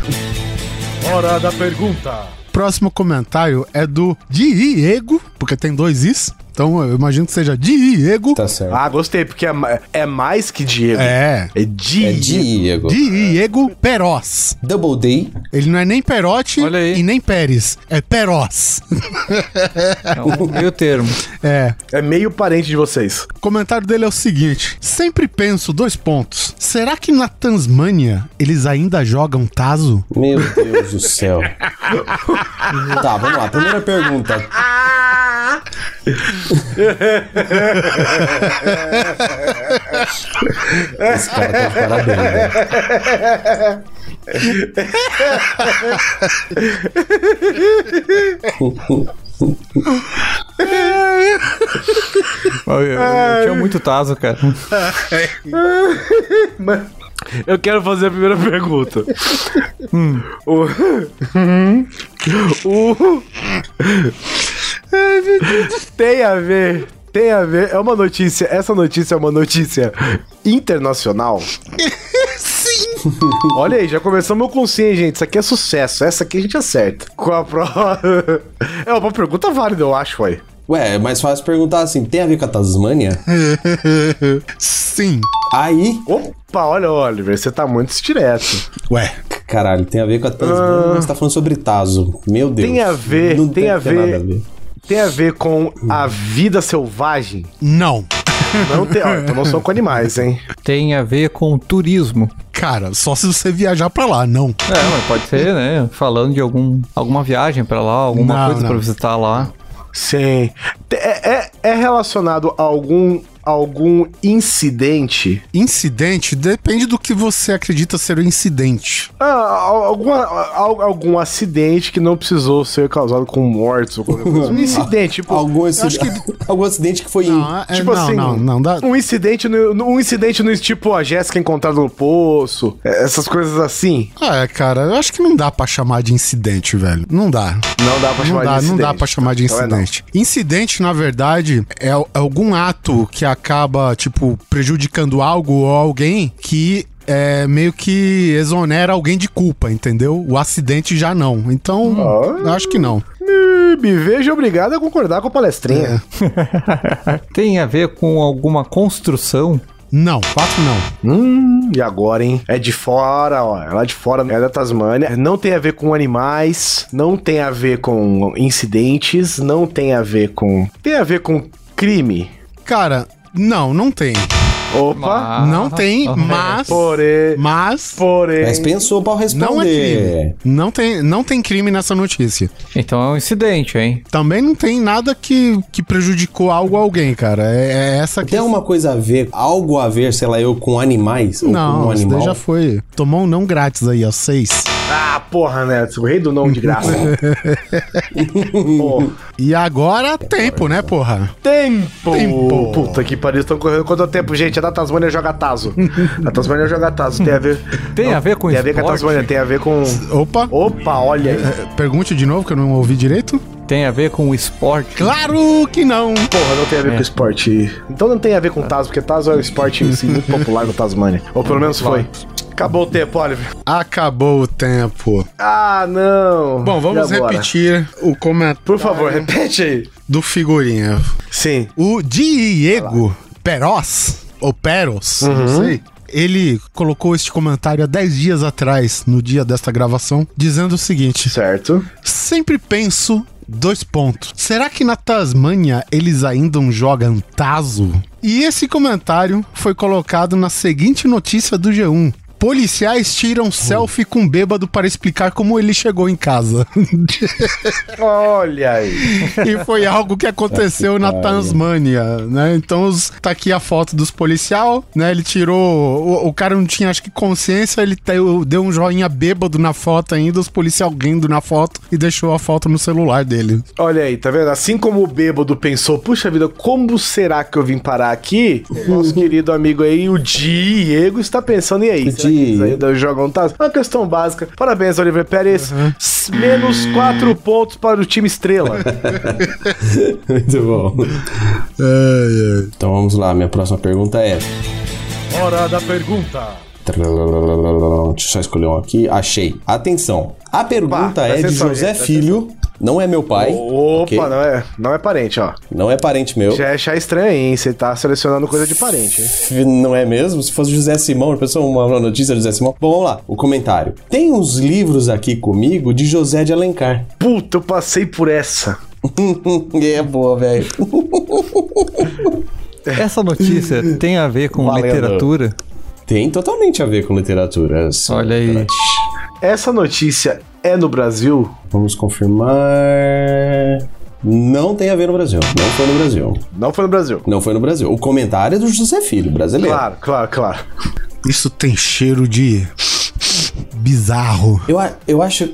B: Hora da pergunta.
C: Próximo comentário é do Diego, porque tem dois Is, Então eu imagino que seja Diego.
D: Tá certo.
B: Ah, gostei, porque é, ma- é mais que Diego.
C: É.
B: É Diego.
D: é Diego.
C: Diego Peroz.
D: Double D.
C: Ele não é nem Perotti
A: Olha aí.
C: e nem Pérez. É Peroz. [LAUGHS]
E: É um meio termo.
C: É.
B: É meio parente de vocês.
C: O comentário dele é o seguinte: Sempre penso, dois pontos. Será que na Tasmânia eles ainda jogam Tazo?
D: Meu Deus do céu. tá, vamos lá. Primeira pergunta. Esse cara tá de parabéns, velho.
E: Eu, eu- eu tinha muito taso, cara.
B: Mas eu quero fazer a primeira pergunta. [LAUGHS] Hum. [LAUGHS] O... o... Ai, meu Deus. Tem a ver. Tem a ver. É uma notícia. Essa notícia é uma notícia internacional. [LAUGHS] Sim! [LAUGHS] Olha aí, já começamos com sim, gente. Isso aqui é sucesso. Essa aqui a gente acerta. Com a prova. [LAUGHS] É uma pergunta válida, eu acho, ué.
D: Ué, é mais fácil perguntar assim: tem a ver com a Tasmânia?
C: Sim.
D: Aí.
B: Opa, olha, Oliver, você tá muito direto.
C: Ué.
D: Caralho, tem a ver com a Tasmânia, mas você tá falando sobre Taso. Meu Deus.
B: Ah. Tem a ver,
D: Não
B: tem a
D: ter
B: ver.
D: nada a ver.
B: Tem a ver com a vida selvagem?
C: Não.
B: Não tem, ó, então não são com animais, hein?
E: Tem a ver com turismo.
C: Cara, só se você viajar pra lá, não.
E: É, mas pode ser, né? Falando de algum, alguma viagem pra lá, alguma
C: Hum. Não,
E: coisa
C: não.
E: pra visitar
C: [LAUGHS]
E: lá.
B: Sim. Te- É, é, é relacionado a algum, algum incidente?
C: Incidente depende do que você acredita ser o incidente.
B: Ah, al- alguma, al- algum acidente que não precisou ser causado com mortes ou qualquer [LAUGHS] coisa. Um incidente, tipo.
D: Algum, acidente, [LAUGHS] algum acidente que foi em
C: Não, é,
B: Tipo
C: não,
B: assim,
C: não, não dá.
B: um incidente no, no- um incidente no tipo a Jéssica encontrada no poço, é, essas coisas assim.
C: Ah, É, cara, eu acho que não dá pra chamar de incidente, velho. Não dá.
B: Não dá pra
C: Não
B: chamar
C: dá,
B: de
C: não
B: incidente.
C: dá pra chamar de
B: Então é não.
C: incidente. Incidente, na verdade, é al- algum ato que acaba, tipo, prejudicando algo ou alguém que é meio que exonera alguém de culpa, entendeu? O acidente já não. Então, eu
B: Ah.
C: acho que não.
B: Me vejo obrigado a concordar com a palestrinha.
E: Tem a ver com alguma construção.
C: Não, quatro não.
B: Hum, e agora, hein? É de fora, ó. É lá de fora, é da Tasmânia. Não tem a ver com animais, não tem a ver com incidentes, não tem a ver com. Tem a ver com crime.
C: Cara, não, não tem.
B: Opa!
E: Ah,
C: não tem, mas.
B: Porém.
C: Mas.
B: Porém.
D: Mas pensou pra eu responder.
C: Não é crime. Não tem, não tem crime nessa notícia.
E: Então é um incidente, hein?
C: Também não tem nada que, que prejudicou algo a alguém, cara. É, é essa
D: Tem
C: questão.
D: alguma coisa a ver, algo a ver, sei lá, eu com animais? ou com um
C: Não, isso
D: animal?
C: daí
D: [LAUGHS]
C: já foi. Tomou um não grátis aí, ó. Seis.
B: Ah, porra, Neto. O rei do não de graça. Pô.
C: E agora, tempo, né, porra?
B: Tempo.
C: Tempo.
B: Puta que pariu, estão correndo quanto tempo, gente? É da Tasmânia joga Tazo. A Tasmânia joga Tazo. Tem a ver.
E: Tem a ver com
B: Tem a ver com a
E: esporte?
B: Tasmânia, tem a ver com.
C: Opa.
B: Opa, olha aí.
C: Pergunte de novo, que eu não ouvi direito.
E: Tem a ver com esporte.
C: Claro que não.
B: Porra, não tem a
C: É.
B: ver com esporte. Então não tem a ver com Tazo, porque Tazo é um esporte assim, muito popular no Tasmania. Ou pelo menos foi. Acabou o tempo, Oliver.
C: Acabou o tempo.
B: Ah, não.
C: Bom, vamos
B: E agora?
C: repetir o comentário
B: Por favor, repete aí.
C: do figurinha.
B: Sim.
C: O Diego Peros, ou Peros, não
B: Uhum.
C: sei. Ele colocou este comentário há 10 dias atrás, no dia desta gravação, dizendo o seguinte:
B: Certo.
C: Sempre penso, dois pontos. Será que na Tasmânia eles ainda não jogam Tazo? E esse comentário foi colocado na seguinte notícia do G1. Policiais tiram selfie com bêbado para explicar como ele chegou em casa. [LAUGHS]
B: Olha aí.
C: e foi algo que aconteceu na Tasmânia, né? Então os- tá aqui a foto dos policial, né? Ele tirou. O, o cara não tinha, acho que, consciência, ele te- deu um joinha bêbado na foto ainda, os policial rindo na foto e deixou a foto no celular dele.
B: Olha aí, tá vendo? Assim como o bêbado pensou, puxa vida, como será que eu vim parar aqui? Nosso querido amigo aí, o Diego, está pensando, e aí? Será que eles
D: Diego.
B: ainda jogam Tazo? Uma questão básica. Parabéns, Oliver Pérez. S- Menos quatro pontos para o time estrela.
D: Muito bom.
C: É,
D: Então vamos lá, minha próxima pergunta é:
B: Hora da pergunta.
D: Deixa eu só escolher um aqui. Achei. Atenção. A pergunta
B: Pá,
D: é
B: presta
D: de
B: atenção,
D: José
B: gente, presta
D: Filho. Não é meu pai.
B: Opa,
D: ok?
B: não, é, não é parente, ó.
D: Não é parente meu.
B: Já é achar estranho, hein? Você tá selecionando coisa de parente, hein?
D: Não é mesmo? Se fosse José Simão, pessoa uma uma notícia de José Simão. Bom, vamos lá. O comentário. Tem uns livros aqui comigo de José de Alencar. [LAUGHS]
B: Puta, eu passei por essa.
D: é boa, velho. [LAUGHS]
C: [LAUGHS]
E: Essa notícia tem a ver com
D: Valendo.
E: literatura?
D: Tem totalmente a ver com literatura. Essa-
E: Olha aí.
B: Essa notícia é no Brasil?
D: Vamos confirmar. Não tem a ver no Brasil. Não foi no Brasil.
B: Não foi no Brasil.
D: Não foi no Brasil. O comentário é do José Filho, brasileiro.
B: Claro, claro, claro.
C: Isso tem cheiro de. bizarro.
D: Eu, a- eu
E: [LAUGHS]
D: acho.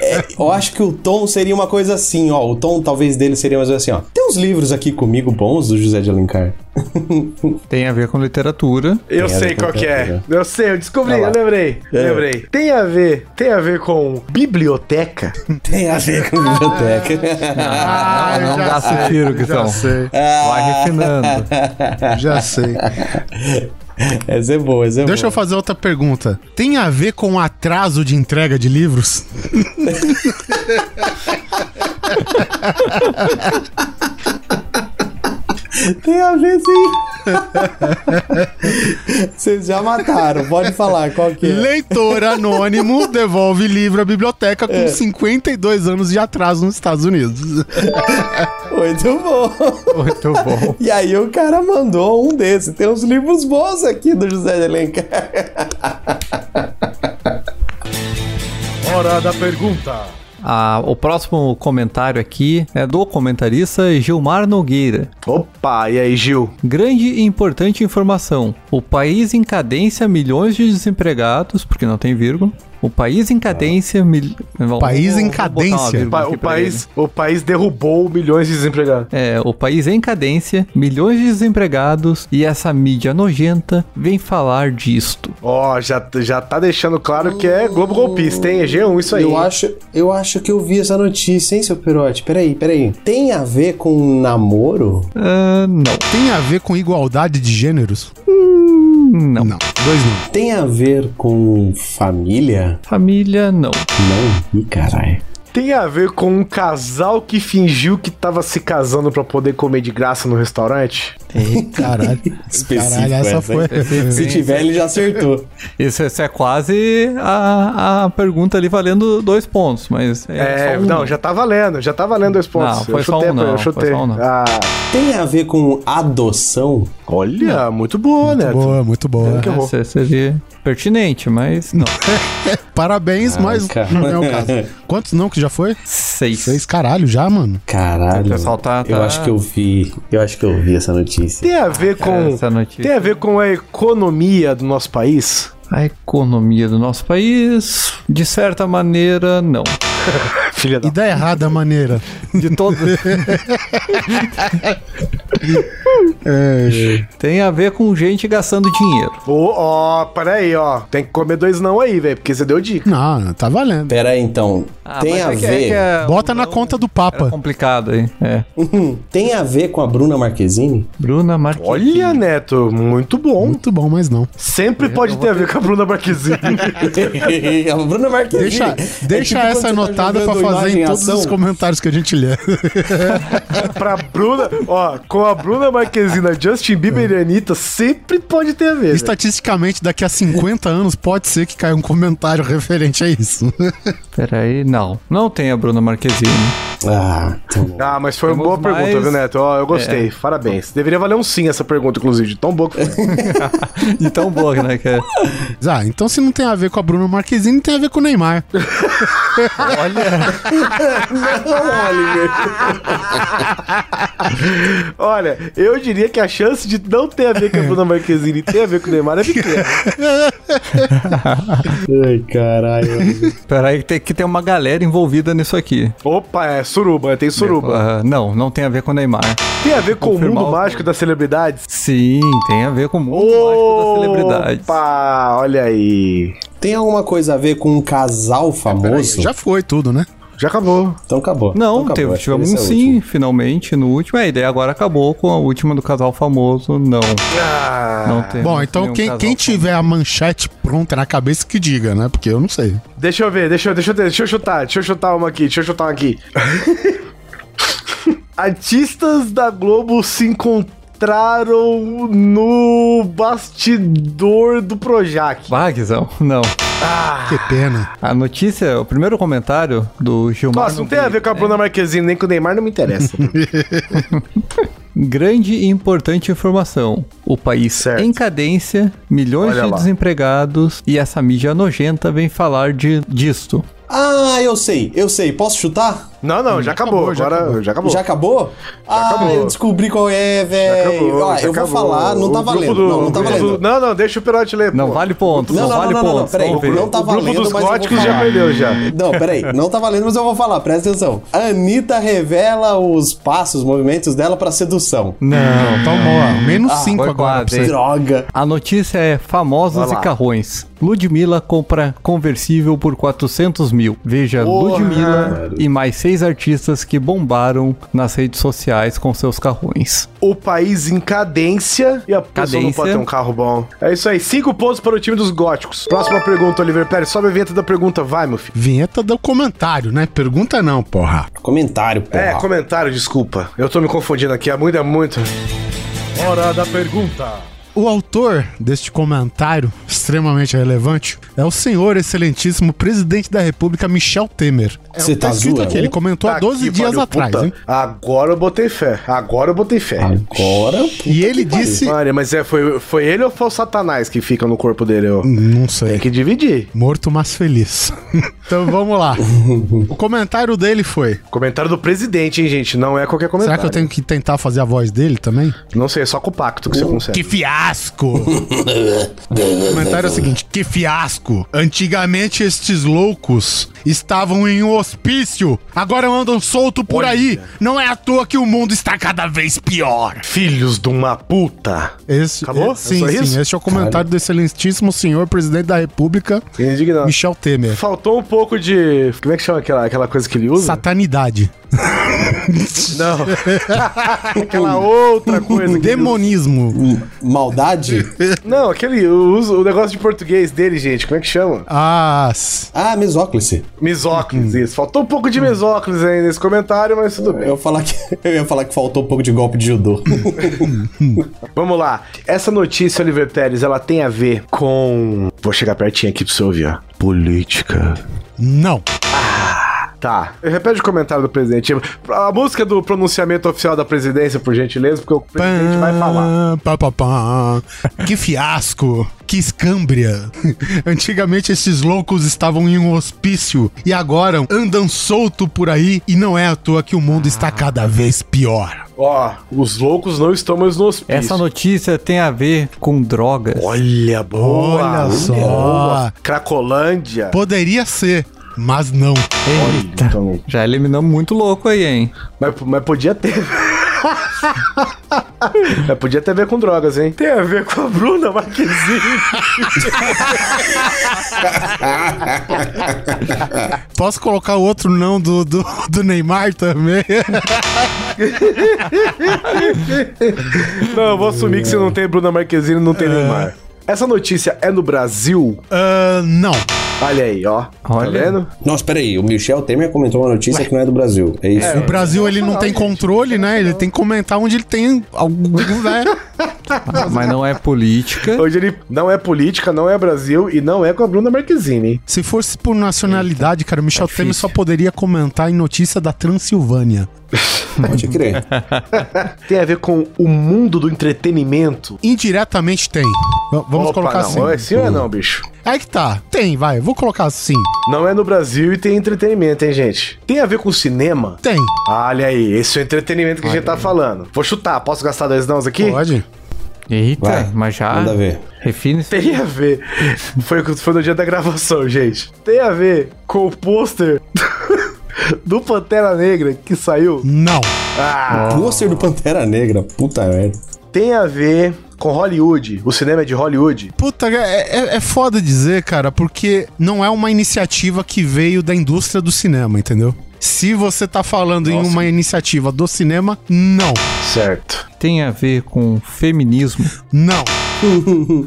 D: é, eu acho que o tom seria uma coisa assim, ó. O tom talvez dele seria mais ou menos assim, ó. Tem uns livros aqui comigo bons do José de Alencar.
E: Tem a ver com literatura.
B: Eu
D: Tem a
B: sei
D: ver com
B: qual que é.
D: literatura.
B: Eu sei, eu descobri,
D: Olha
B: eu
D: lá.
B: lembrei.
D: É.
B: Lembrei. Tem a ver, tem a ver com
D: [LAUGHS]
B: biblioteca?
D: Tem a ver com biblioteca.
C: Ah,
E: não gasta o tiro,
C: Já
E: Guizão.
C: sei,
E: Vai refinando.
C: [LAUGHS] já sei.
D: essa é boa, essa é
C: Deixa eu
D: boa.
C: fazer outra pergunta. Tem a ver com o atraso de entrega de livros?
D: Tem a ver sim. [LAUGHS] Vocês já mataram, pode falar qual que é.
C: [LAUGHS] Leitor anônimo devolve livro à biblioteca com 52 anos de atraso nos Estados Unidos.
D: Muito bom.
E: Muito bom.
D: E aí o cara mandou um desse. Tem uns livros bons aqui do José de Alencar.
B: Hora da pergunta.
E: Ah, o próximo comentário aqui é do comentarista Gilmar Nogueira.
B: Opa, e aí, Gil?
E: Grande e importante informação. O país em cadência milhões de desempregados, porque não tem vírgula. O país em cadência... Mil... Vamos-
C: Ah. País em
E: vou botar uma
C: cadência.
E: vírgula
B: Pa-
E: aqui
B: o,
E: pra ele.
B: país, o país derrubou milhões de desempregados.
E: É, o país em cadência, milhões de desempregados e essa mídia nojenta vem falar disto.
B: Ó, já, já tá deixando claro que é Globo Golpista, hein? É G1 isso aí.
D: Uh. Eu
B: hein?
D: acho, eu acho que eu vi essa notícia, hein, seu Perote? Peraí, peraí. Tem a ver com um namoro?
E: Ah, não.
C: Tem a ver com igualdade de gêneros?
E: Não.
C: Hum, Não, dois não.
D: Tem a ver com família?
E: Família,
C: [LAUGHS]
E: não.
D: Não. Ih, caralho.
B: Tem a ver com um casal que fingiu que tava se casando pra poder comer de graça no restaurante?
C: Caralho.
D: Específico
C: Caralho, essa
D: essa,
C: foi.
D: Se tiver, ele já acertou.
E: Isso, isso é quase a, a pergunta ali valendo dois pontos, mas é,
B: É,
E: só um.
B: não, já tá valendo, já tá valendo dois pontos.
E: Não, foi
B: eu
E: só um
B: chutei,
E: não,
B: eu
E: foi
B: chutei.
E: só um não.
B: Ah,
D: Tem a ver com adoção?
B: olha, muito boa, né?
C: Boa, muito boa.
B: que eu vou.
E: Essa seria pertinente,
C: [LAUGHS]
E: mas não.
C: Parabéns, mas
D: cara.
C: não é o caso. [LAUGHS] Quantos não que já foi?
E: Seis.
C: Seis, caralho, já, mano.
D: Caralho.
E: O pessoal tá-
D: Eu
E: tá-
D: acho que eu vi. Eu acho que eu vi essa notícia.
B: Tem a ver com.
E: Essa notícia.
B: Tem a ver com a economia do nosso país?
E: A economia do nosso país, de certa maneira, não.
B: Filha da.
C: E da errada maneira.
E: De todos. [LAUGHS]
D: É.
E: Tem a ver com gente gastando dinheiro.
B: Ô, Ó, peraí, ó. Tem que comer dois não aí, velho, porque você deu dica.
C: Não, tá valendo.
D: Pera aí, então. tem a
E: mas é que- é
D: ver.
E: que é-
C: Bota na conta do
E: Era
C: Papa.
E: complicado aí. É.
D: Tem a ver com a
B: [LAUGHS]
D: Bruna Marquezine?
E: Bruna Marquezine.
B: Olha, Neto, muito bom.
C: Muito bom, mas não.
B: Sempre pode ter a ver com a Bruna Marquezine.
E: [LAUGHS]
D: a Bruna Marquezine.
C: Deixa,
D: É
C: deixa
D: tipo
C: essa
D: quando você tá
C: anotada pra
D: jogando
C: fazer
D: imagem
C: em todos
D: ação.
C: os comentários que a gente lê.
B: pra Bruna, ó, com a Bruna Marquezine, a Justin Bieber e a Anitta, sempre pode ter a ver. né? velho.
C: Estatisticamente, daqui a 50 anos, pode ser que caia um comentário [LAUGHS] referente a isso. [LAUGHS]
E: Pera aí, não. Não tem a Bruna Marquezine.
D: Ah,
B: [LAUGHS]
D: tá bom.
B: Ah, mas foi uma boa
E: Temos
B: pergunta,
E: mais- É.
B: viu, Neto? Ó, eu gostei, parabéns. Deveria valer um sim essa pergunta, inclusive, de tão boa que
E: [LAUGHS]
B: foi.
E: E tão boa, né? Que é.
C: Ah, então se não tem a ver com a Bruna Marquezine, tem a ver com o Neymar.
B: Olha, eu diria que a chance de não ter a ver com a Bruna Marquezine e ter a ver com o Neymar é pequena.
D: Ai, caralho.
E: Pera aí, que tem, que tem uma galera envolvida nisso aqui.
B: Opa, é suruba, tem suruba.
E: Ah, não, não tem a ver com o Neymar.
B: Tem a ver com o
E: Confirmar
B: mundo
E: os
B: mágico das celebridades?
E: Sim, tem a ver com o mundo mágico das celebridades.
B: Opa, olha aí. É,
D: Tem alguma coisa a ver com um casal famoso?
C: Já foi tudo, né?
B: Já acabou.
D: Então acabou.
E: Não,
D: então
E: teve,
D: acabou.
E: tivemos um
D: Esse é o
E: sim,
D: último.
E: finalmente, no último. É, e daí agora acabou com a última do casal famoso. Não, não
D: É,
E: um teve.
C: Bom,
D: um
C: então quem, quem tiver a manchete pronta na cabeça que diga, né? Porque eu não sei.
B: Deixa eu ver, deixa eu, deixa eu, deixa eu chutar, deixa eu chutar uma aqui, deixa eu chutar uma
D: [LAUGHS]
B: aqui. Artistas da Globo se encontraram no bastidor do Projac.
E: Vaguezão, [LAUGHS] não.
C: Que pena.
E: A notícia, o primeiro comentário do Gilmar.
B: Nossa, não tem a ver
D: né?
B: com a Bruna Marquezine, nem com o Neymar, não me interessa.
D: [LAUGHS]
E: Grande e importante informação. O país
B: Certo.
E: em cadência, milhões
B: Olha
E: de
B: lá.
E: desempregados e essa mídia nojenta vem falar de disto.
D: Ah, eu sei, eu sei. Posso chutar?
B: não, não, já acabou,
C: acabou, já
B: agora
C: acabou.
B: já acabou.
D: Já acabou? ah,
B: acabou.
D: eu descobri qual é,
B: Já
D: velho.
B: acabou,
D: Ah,
B: já
D: eu vou
B: acabou.
D: falar, não tá
B: O grupo
D: valendo.
B: do-
D: não, não tá
B: o grupo
D: valendo.
B: do- Não, não, deixa o Pirote ler.
E: Não
B: pô.
E: vale pontos, não,
D: Não, não,
E: vale
D: não, não, não,
E: pontos.
D: peraí,
E: vamos ver.
D: não tá
B: O grupo
D: valendo,
B: dos
D: mas eu vou
B: góticos já
D: falar.
B: perdeu já.
D: Não, peraí, não tá valendo, mas eu vou falar, presta atenção. Anitta revela os passos, os movimentos dela pra sedução.
E: Não.
C: Tomou, ó, então menos
D: Ah,
C: 5
E: foi
C: agora.
E: quase,
C: pra você.
E: hein?
D: Droga.
E: A notícia é famosos
B: Vai
E: e
B: lá.
E: carrões. Ludmilla compra conversível por 400 mil. Veja
B: Porra.
E: Ludmilla e mais seis artistas que bombaram nas redes sociais com seus carrões.
B: O país em cadência e a pessoa não
E: Cadência.
B: pode ter um carro bom. É isso aí, cinco pontos para o time dos góticos. Próxima pergunta, Oliver Pérez. Sobe a vinheta da pergunta, vai, meu filho.
C: Vinheta do comentário, né? Pergunta não, porra.
D: Comentário, porra.
B: É, comentário, desculpa. Eu tô me confundindo aqui, é muito, é muito. Hora da pergunta.
C: O autor deste comentário extremamente relevante é o senhor excelentíssimo presidente da República Michel Temer. É o
D: Você
C: que tá
D: tá
C: escrito
D: zoando?
C: aqui, ele comentou há 12 dias atrás, hein?
B: Agora eu botei fé, agora eu botei fé.
D: Agora, puta
C: E ele
D: que pariu.
C: disse,
B: Olha, mas é, foi, foi ele ou foi o Satanás que fica no corpo dele? Ó?
C: não
B: Tem
D: É
C: sei,
B: que dividir.
C: morto mas feliz. [LAUGHS] então vamos
D: [LAUGHS]
C: lá. O comentário dele foi:
B: Comentário do presidente, hein, gente? Não é qualquer comentário.
C: Será que eu tenho que tentar fazer a voz dele também?
B: Não sei, é só com o pacto que você consegue.
C: Que fiasco! o comentário é o seguinte: Que fiasco! Antigamente estes loucos estavam em um hospício, agora andam solto por aí. Não é à toa que o mundo está cada vez pior.
B: Filhos de uma puta.
C: Esse,
B: Acabou?
C: é- sim,
B: É só isso?
C: sim. Este é o comentário do excelentíssimo senhor presidente da República,
B: Indignado.
C: Michel Temer.
B: Faltou um pouco de. Como é que chama aquela, aquela coisa que ele usa?
C: Satanidade.
B: Não. aquela outra coisa. que ele
C: Demonismo.
D: Maldade?
B: usa. Não, aquele. O, uso- o negócio de português dele, gente. Como é que chama?
C: Ah, s-
D: ah, mesóclise.
B: Misóclise, isso. Faltou um pouco de misóclise aí nesse comentário, mas tudo bem.
D: Eu, ia falar que, [LAUGHS] eu ia falar que faltou um pouco de golpe de judô. [LAUGHS]
B: Vamos lá. Essa notícia, Oliver Pérez, ela tem a ver com. Vou chegar pertinho aqui pra você ouvir, ó. Política.
C: não.
B: Tá. Repete o comentário do presidente. A música do pronunciamento oficial da presidência, por gentileza, porque o presidente vai falar.
C: Pá, pá, pá. Que fiasco, que escâmbria. [LAUGHS] Antigamente esses loucos estavam em um hospício e agora andam solto por aí e não é à toa que o mundo está cada vez pior.
B: Ó, os loucos não estão mais no hospício.
E: Essa notícia tem a ver com drogas.
B: Olha, boa.
C: Tá Olha só.
B: Cracolândia.
C: Poderia ser, mas não.
E: Eita.
B: Então,
E: Já eliminamos muito louco aí, hein?
B: mas, mas podia [LAUGHS] ter. mas podia ter a ver com drogas, hein? Tem a ver com a Bruna Marquezine.
C: Posso colocar o outro não do, do, do Neymar [LAUGHS] também?
B: não, eu vou assumir que se não tem Bruna Marquezine, não tem Neymar. Essa notícia é no Brasil?
C: Ah, não.
B: Olha aí, ó.
E: Olha.
B: Tá vendo?
D: Nossa, peraí, o Michel Temer comentou uma notícia que não é do Brasil. É isso?
C: O Brasil ele não tem controle, né? Ele tem que comentar onde ele tem algum, né?
E: Mas não é política.
B: Hoje ele não é política, não é Brasil e não é com a Bruna Marquezine. hein?
C: Se fosse por nacionalidade, cara, o Michel Temer só
E: difícil.
C: poderia comentar em notícia da Transilvânia.
D: Pode crer.
B: Tem a ver com o mundo do entretenimento.
C: Indiretamente tem. V- vamos
B: Opa,
C: colocar
B: não.
C: assim.
B: É sim ou é não, bicho?
C: Aí que tá. Tem, vai. Vou colocar assim.
B: Não é no Brasil e tem entretenimento, hein, gente? Tem a ver com cinema?
C: Tem.
B: Olha aí, esse é o entretenimento que a gente tá falando. Vou chutar, posso gastar dois nãos aqui?
C: Pode?
E: Eita,
D: Vai,
E: mas já.
D: Manda ver.
E: Refine-se.
B: Tem a ver. Foi, foi no dia da gravação, gente. Tem a ver com o pôster [LAUGHS] do Pantera Negra que saiu.
C: Não.
B: Ah,
D: Pôster do Pantera Negra, puta merda.
B: tem a ver com Hollywood. O cinema é de Hollywood.
C: Puta, é, é, é foda dizer, cara, porque não é uma iniciativa que veio da indústria do cinema, entendeu? Se você tá falando em
D: Nossa.
C: uma iniciativa do cinema, não.
B: Certo.
E: Tem a ver com feminismo.
C: Não.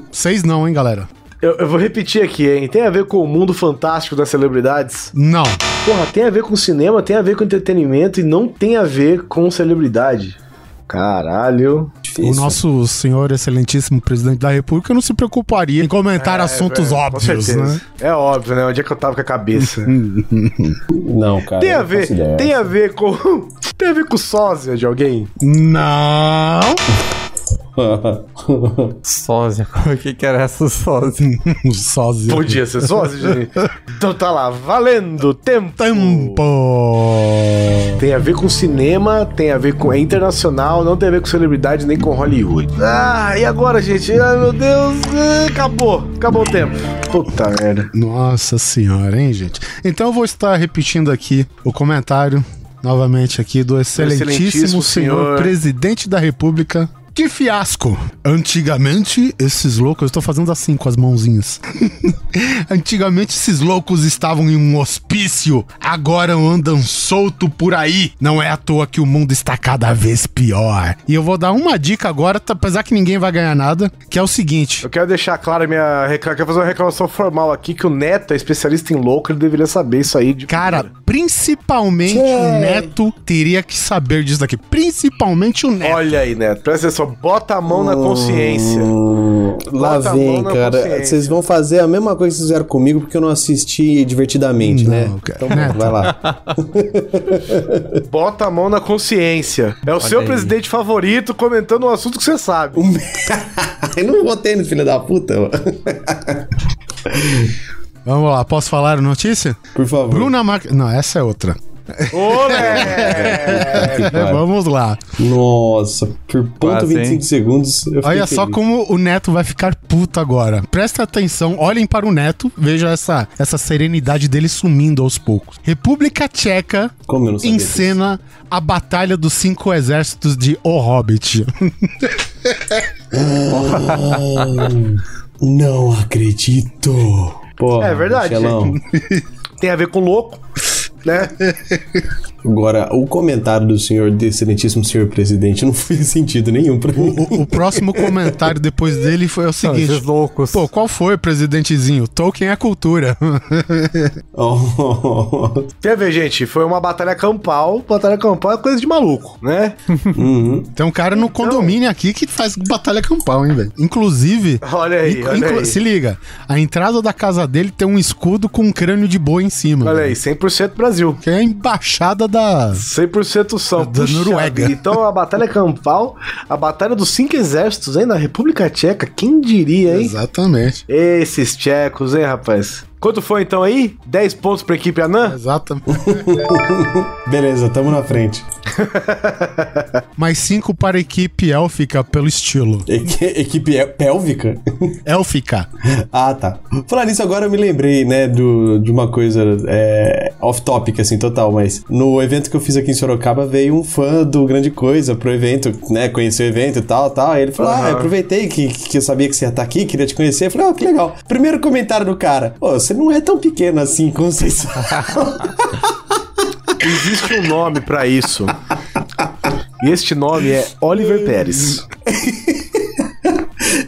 C: Vocês não, hein, galera?
B: Eu, eu vou repetir aqui, hein? Tem a ver com o mundo fantástico das celebridades?
C: Não.
B: Porra, tem a ver com cinema, tem a ver com entretenimento e não tem a ver com celebridade. Caralho.
D: Difícil.
C: O nosso senhor excelentíssimo presidente da república não se preocuparia em comentar assuntos óbvios, né?
B: É óbvio, né? Onde é que eu tava com a cabeça? É,
D: Não, cara.
B: tem
D: eu
B: a
D: não
B: ver,
D: faço ideia.
B: tem a ver com. [LAUGHS] Tem a ver com sósia de alguém?
C: Não. [LAUGHS]
E: Sósia. [LAUGHS] O que que era essa sósia?
C: Sozinho.
B: Podia ser sósia, [LAUGHS] gente. Então tá lá, valendo, tempo.
C: Tempo.
B: Tem a ver com cinema, tem a ver com. É internacional, não tem a ver com celebridade nem com Hollywood. Ah, e agora, gente? Ai, meu Deus, ah, acabou. Acabou o tempo. Puta merda.
C: Nossa senhora, hein, gente? Então eu vou estar repetindo aqui o comentário, novamente aqui, do excelentíssimo,
B: excelentíssimo
C: senhor,
B: senhor.
C: presidente da república. Que fiasco! Antigamente, esses loucos... Eu estou fazendo assim com as mãozinhas. [LAUGHS] Antigamente, esses loucos estavam em um hospício. Agora andam solto por aí. Não é à toa que o mundo está cada vez pior. E eu vou dar uma dica agora, tá- apesar que ninguém vai ganhar nada, que é o seguinte.
B: Eu quero deixar claro a minha reclamação. Quero fazer uma reclamação formal aqui que o Neto é especialista em louco, ele deveria saber isso aí. De...
C: Cara, principalmente o Neto teria que saber disso daqui. Principalmente o Neto.
B: Olha aí, Neto. Presta atenção, bota a mão na consciência.
D: Hum, [LAUGHS] lá
B: Bota a mão
D: vem,
B: na
D: cara.
B: consciência.
D: Vocês vão fazer a mesma coisa que vocês fizeram comigo, porque eu não assisti divertidamente,
C: Não,
D: né?
C: cara.
D: Então, bom,
B: [LAUGHS]
D: vai lá.
B: Bota a mão na consciência. É o seu
E: aí.
B: presidente favorito comentando um assunto que você sabe.
D: eu não votei no filho da
B: [LAUGHS]
D: puta, mano.
C: Vamos lá, posso falar a notícia?
D: Por favor.
C: Bruna Marquezine. Não, essa é outra.
B: Ô, Neto!
C: [LAUGHS]
D: Vai.
C: Vamos lá.
D: Nossa, por ponto
E: Quase,
D: 25
E: hein?
D: segundos. Eu fiquei
C: Olha só
D: feliz.
C: como o Neto vai ficar puto agora. Presta atenção, olhem para o Neto, veja essa, essa serenidade dele sumindo aos poucos. República Tcheca
D: Como eu não sabia disso?
C: encena a Batalha dos Cinco Exércitos de O Hobbit.
D: Não acredito. Porra,
B: É verdade,
D: Michelão.
B: Tem a ver com louco, né?
D: Agora, o comentário do senhor, do excelentíssimo senhor presidente, não [LAUGHS] fez sentido nenhum pra mim.
C: O, o
D: [LAUGHS]
C: próximo comentário depois dele foi o
E: Não,
C: seguinte:
E: esses loucos.
C: Pô, qual foi, presidentezinho? Tolkien é cultura. [LAUGHS]
B: Uh,
D: Oh.
B: Tem a ver, gente. Foi uma batalha campal. Batalha campal é coisa de maluco, né?
D: Uhum.
C: Tem um cara no
B: Então-
C: condomínio aqui que faz batalha campal, hein, velho? Inclusive.
B: [LAUGHS] Olha aí,
C: inc-
B: olha
C: inclu-
B: aí.
C: Se liga, a entrada da casa dele tem um escudo com um crânio de boi em cima.
B: Olha
C: velho.
B: aí, 100% Brasil.
C: Que é a embaixada da.
B: 100% são.
C: Da
B: Puxa
C: Noruega.
B: vida. Então a Batalha Campal, a Batalha dos Cinco Exércitos, hein? Na República Tcheca, quem diria, hein?
C: Exatamente.
B: Esses tchecos, hein, rapaz? Quanto foi então aí? 10 pontos pra equipe Anã?
C: Exatamente.
D: [LAUGHS] Beleza, tamo na frente.
C: Mais cinco para a equipe élfica pelo estilo.
D: Equi- equipe é- pélvica?
C: Élfica.
D: [LAUGHS] ah, tá. Falar nisso agora eu me lembrei, né, do, de uma coisa é, off-topic, assim, total, mas no evento que eu fiz aqui em Sorocaba veio um fã do Grande Coisa pro evento, né, conheceu o evento e tal, tal, aí ele falou, ah, aproveitei que, que eu sabia que você ia estar aqui, queria te conhecer, eu falei, ah, que legal. Primeiro comentário do cara, pô, você não é tão pequeno assim, [LAUGHS] Conceição.
B: Existe um nome pra isso. E este nome é Oliver Pérez.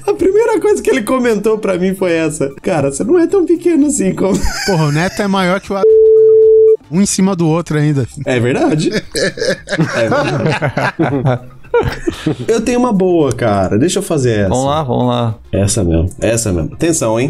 D: A primeira coisa que ele comentou pra mim foi essa, cara, você não é tão pequeno assim como...
C: Porra, o neto é maior que o. a- Um em cima do outro ainda.
B: [LAUGHS]
D: É verdade. É verdade. Eu tenho uma boa, cara. Deixa eu fazer essa.
E: Vamos lá, vamos lá.
D: Essa mesmo. Essa mesmo. Atenção, hein?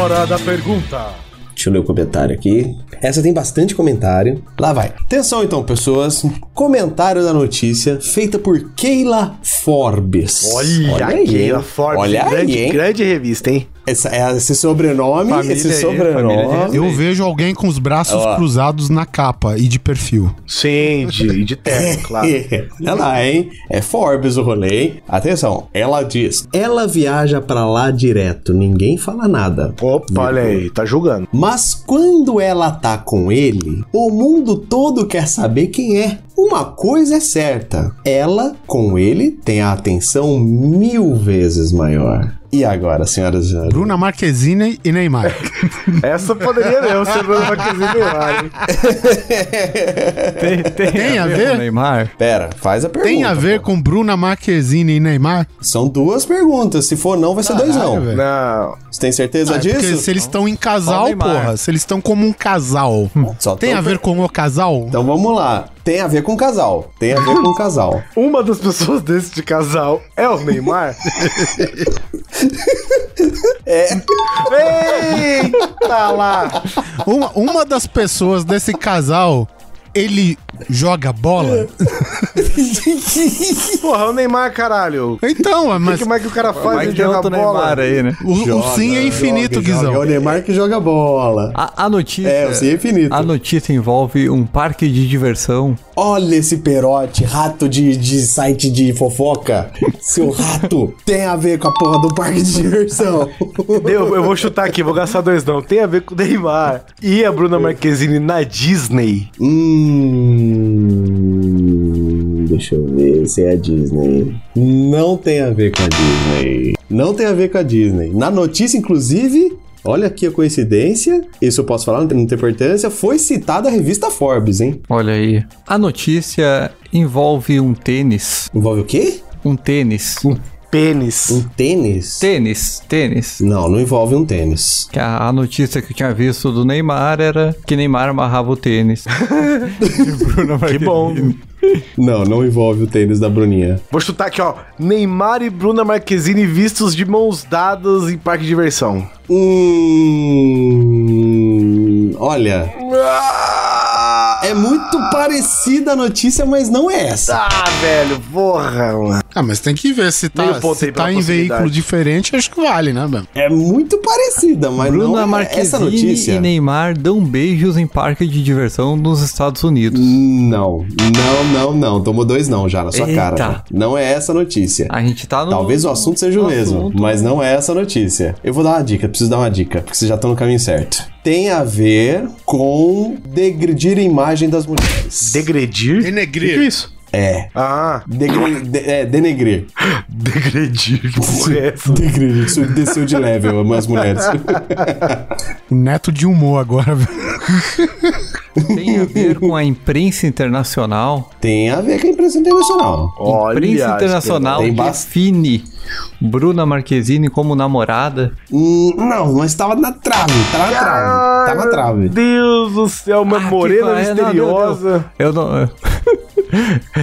B: Hora da pergunta.
D: Deixa eu ler o comentário aqui. Essa tem bastante comentário. Lá vai. Atenção então, pessoas. Comentário da notícia feita por Keila Forbes.
B: Olha,
D: aí,
B: aqui, a
D: hein?
B: Forbes.
D: Olha
B: grande,
D: aí, hein?
B: grande revista, hein?
D: Essa- é- esse sobrenome,
E: Família
D: esse
E: aí, família
D: sobrenome.
E: de-
C: Eu vejo alguém com os braços
D: Ó.
C: cruzados na capa e de perfil.
B: Sim, de, de [LAUGHS] terra, claro.
D: [LAUGHS] Olha lá, hein? É Forbes o rolê, hein? Atenção, ela diz: Ela viaja pra lá direto, ninguém fala nada.
B: Opa, olha aí, tá julgando.
D: Mas quando ela tá com ele, o mundo todo quer saber quem é. Uma coisa é certa: ela, com ele, tem a atenção mil vezes maior. E agora, senhoras e senhores?
C: Bruna Marquezine e Neymar.
B: [LAUGHS] Essa poderia mesmo ser Bruno Marquezine Neymar, hein?
E: Tem,
C: Tem a ver?
E: Neymar?
D: Pera, faz a pergunta.
C: Tem a ver
D: pô.
C: com Bruna Marquezine e Neymar?
D: São duas perguntas. Se for não, vai ser dois não.
C: velho.
B: Não.
D: Você tem certeza
C: Ah, é porque
D: disso?
C: se eles estão em
E: Só o
C: casal,
E: Neymar.
C: porra, se eles estão como
B: [LAUGHS]
C: um casal.
D: Só
C: Tem
D: tão
C: a ver com o casal?
D: Então vamos lá. Tem a ver com casal. Tem a ver com casal.
B: Uma das pessoas desse de casal é o Neymar? é. Eita lá!
C: Uma, uma das pessoas desse casal, ele joga
B: [LAUGHS]
C: bola?
B: Porra, o Neymar, caralho.
C: Então,
B: O
C: mas
B: que mais que o cara faz?
E: Vai
B: Ele
E: que tem
B: joga
E: outro
B: bola.
E: Neymar aí, né?
C: o, o sim é infinito,
D: joga,
C: Guizão.
D: joga. É o Neymar que joga bola.
E: A, a notícia.
D: É, o sim é infinito.
E: A notícia envolve um parque de diversão.
D: Olha esse perote, rato de, de site de fofoca. Seu rato tem a ver com a porra do parque de diversão.
B: Deu, eu vou chutar aqui, vou gastar dois não. Tem a ver com o Neymar e a Bruna Marquezine na Disney.
D: Hum. Deixa eu ver se é a Disney. Não tem a ver com a Disney. Não tem a ver com a Disney. Na notícia, inclusive, olha aqui a coincidência. Isso eu posso falar, não tem, não tem importância. Foi citada a revista Forbes, hein?
E: Olha aí. A notícia envolve um tênis.
D: Envolve o quê?
E: Um tênis.
B: Pênis.
D: Um tênis?
E: Tênis, tênis.
D: Não, não envolve um tênis.
E: Que a, a notícia que eu tinha visto do Neymar era que Neymar amarrava
D: [LAUGHS]
E: o tênis.
B: Que bom.
D: Não, não envolve o tênis da Bruninha.
B: Vou chutar aqui, ó. Neymar e Bruna Marquezine vistos de mãos dadas em parque de diversão.
D: Hum. Olha. É muito parecida a notícia, mas não é essa.
B: Ah, velho, porra, mano.
C: Ah, mas tem que ver se tá,
B: Meio ponto
C: se
B: aí
C: tá
B: pela
C: em veículo
B: possibilidade.
C: diferente, acho que vale, né, mano?
D: É muito parecida, mas não
E: Bruna
D: é essa
E: Marquezine
D: notícia.
E: e Neymar dão beijos em parque de diversão nos Estados Unidos.
D: Hum. Não, não, não, não. Tomou dois não já na sua
E: Eita.
D: cara. Não é essa notícia.
E: A gente tá no.
D: Talvez o assunto seja o
E: no
D: mesmo,
E: assunto.
D: mas não é essa a notícia. Eu vou dar uma dica, preciso dar uma dica, porque vocês já estão no caminho certo. Tem a ver com degredir a imagem das mulheres.
B: Degredir? O que é
C: Denegrir.
B: isso?
D: É.
B: Ah,
D: Degre... de- é, denegrir.
B: degredir. Que porra é essa?
D: Degredir. Isso desceu de level,
B: [LAUGHS]
D: as mulheres.
C: O neto de humor agora, [LAUGHS] velho.
E: Tem a ver com a imprensa internacional.
D: Tem a ver com a imprensa internacional.
E: imprensa
B: é
E: internacional
D: tem bas-
E: define Bruna Marquezine como namorada.
D: Hum, não, mas tava na trave. Tá na trave. Tá na trave.
B: Meu Deus do céu, uma
E: Ah, que
B: morena
E: vai- não,
B: misteriosa.
E: Eu não. [LAUGHS] eu-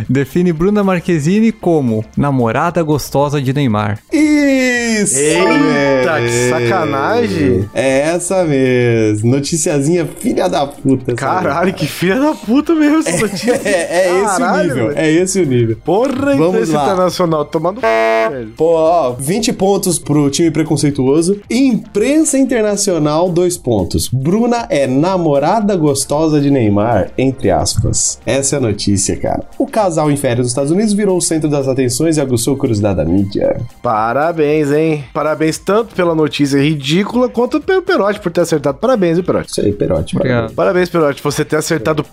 E: define Bruna Marquezine como namorada gostosa de Neymar.
D: Isso!
B: Eita, que sacanagem.
D: É essa mesmo. Noticiazinha filha da puta. essa
B: Caralho, que filha da puta mesmo essa notícia.
D: mesmo. [LAUGHS] É, é esse o
B: Caralho,
D: nível.
B: velho.
D: É esse o nível.
B: Porra,
D: Vamos
B: imprensa
D: lá.
B: internacional, tomando c, velho.
D: Pô, ó, 20 pontos pro time preconceituoso. Imprensa internacional, dois pontos. Bruna é namorada gostosa de Neymar, entre aspas. Essa é a notícia, cara. O casal em férias nos Estados Unidos virou o centro das atenções e aguçou a curiosidade da mídia.
B: Parabéns, hein? Parabéns tanto pela notícia ridícula quanto pelo Perotti por ter acertado. Parabéns, viu, Perotti?
D: Isso aí, Perotti.
E: Obrigado.
B: Parabéns, Perotti, você ter acertado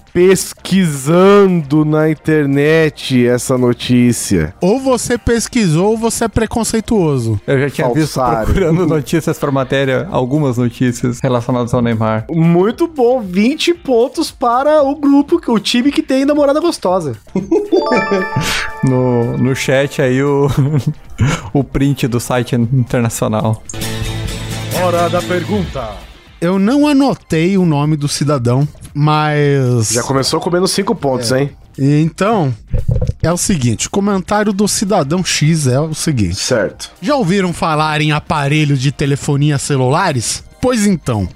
B: pesquisando na internet essa notícia.
C: Ou você pesquisou ou você é preconceituoso.
E: Eu já tinha
B: Falsário.
E: visto procurando [LAUGHS] notícias pra matéria, algumas notícias relacionadas ao Neymar.
B: Muito bom, 20 pontos para o grupo, que- o time que tem namorada gostosa.
E: No, no chat aí o, [LAUGHS] o print do site internacional.
B: Hora da pergunta.
C: Eu não anotei o nome do cidadão, mas.
B: Já começou comendo 5 pontos, hein?
C: Então, é o seguinte: o comentário do cidadão X é o seguinte.
B: Certo.
C: Já ouviram falar em aparelho de telefonia celulares? Pois então.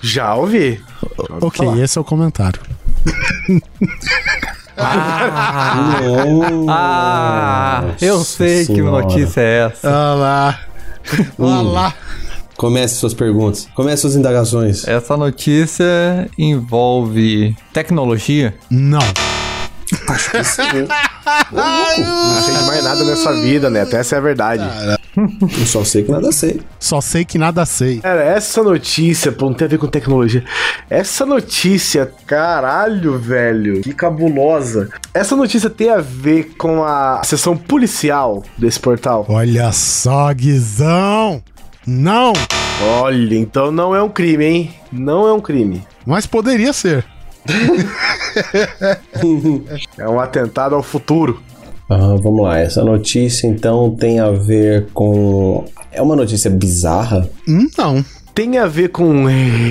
B: Já ouvi.
C: Ok, esse é o comentário.
E: Ah, eu sei que
D: Senhora.
E: notícia é essa.
C: Olha lá. [LAUGHS] Olha lá.
D: Comece suas perguntas. Comece suas indagações.
E: Essa notícia envolve tecnologia.
C: Não.
B: Não sei de mais nada nessa vida, né? Essa é a verdade.
D: Eu só sei que nada sei.
C: Só sei que nada sei.
B: Cara, essa notícia, pô, não tem a ver com tecnologia. Essa notícia, caralho, velho, que cabulosa. Essa notícia tem a ver com a sessão policial desse portal.
C: Olha só, Guizão! Não!
B: Olha, então não é um crime, hein? Não é um crime.
C: Mas poderia ser.
B: É um atentado ao futuro.
D: Ah, vamos lá, essa notícia então tem a ver com. É uma notícia bizarra?
C: Hum, Não.
B: Tem a ver com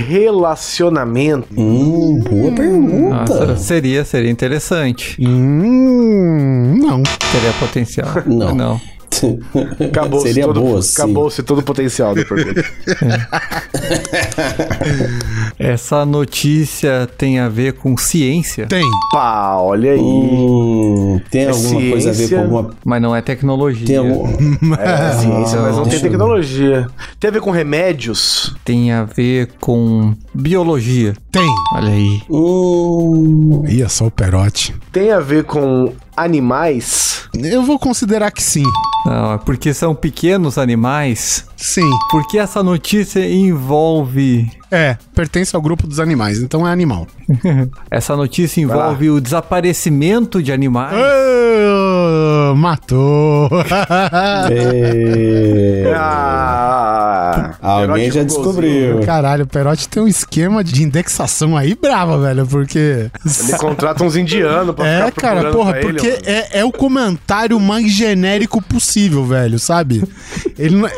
B: relacionamento.
D: Hum, boa pergunta.
E: Nossa, seria, seria interessante.
C: Hum, não.
E: Teria potencial.
D: Não.
E: Não.
B: Acabou-se
D: Seria
B: todo,
D: boa, sim.
B: acabou-se todo o potencial da
D: [LAUGHS]
B: pergunta.
E: Essa notícia tem a ver com ciência,
C: Tem.
B: Pá, olha aí.
D: Hum, tem alguma coisa a ver com
B: ciência.
D: alguma.
E: mas não é tecnologia.
D: Tem algum...
B: É ciência, mas não tem
D: deixa eu ver.
B: tecnologia. Tem a ver com remédios?
E: Tem a ver com biologia.
C: Tem.
E: Olha aí.
D: Hum,
C: Ia só o perote.
B: Tem a ver com animais?
C: Eu vou considerar que sim.
E: Não, é porque são pequenos animais.
C: Sim.
E: Porque essa notícia envolve.
C: É, pertence ao grupo dos animais, então é animal.
E: Essa notícia envolve o desaparecimento de animais.
C: Ah, matou.
B: É.
D: é...
B: Ah,
D: Alguém
B: erótico
D: já descobriu.
C: Caralho, o Perote tem um esquema de indexação aí brava, velho, porque.
B: Ele contrata uns indianos pra
C: É,
B: ficar procurando
C: cara, porra,
B: pra ele,
C: porque
B: mano.
C: é, é o comentário mais genérico possível, velho, sabe? Ele não... é-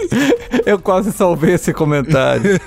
E: Eu quase salvei
D: [LAUGHS]
E: esse comentário.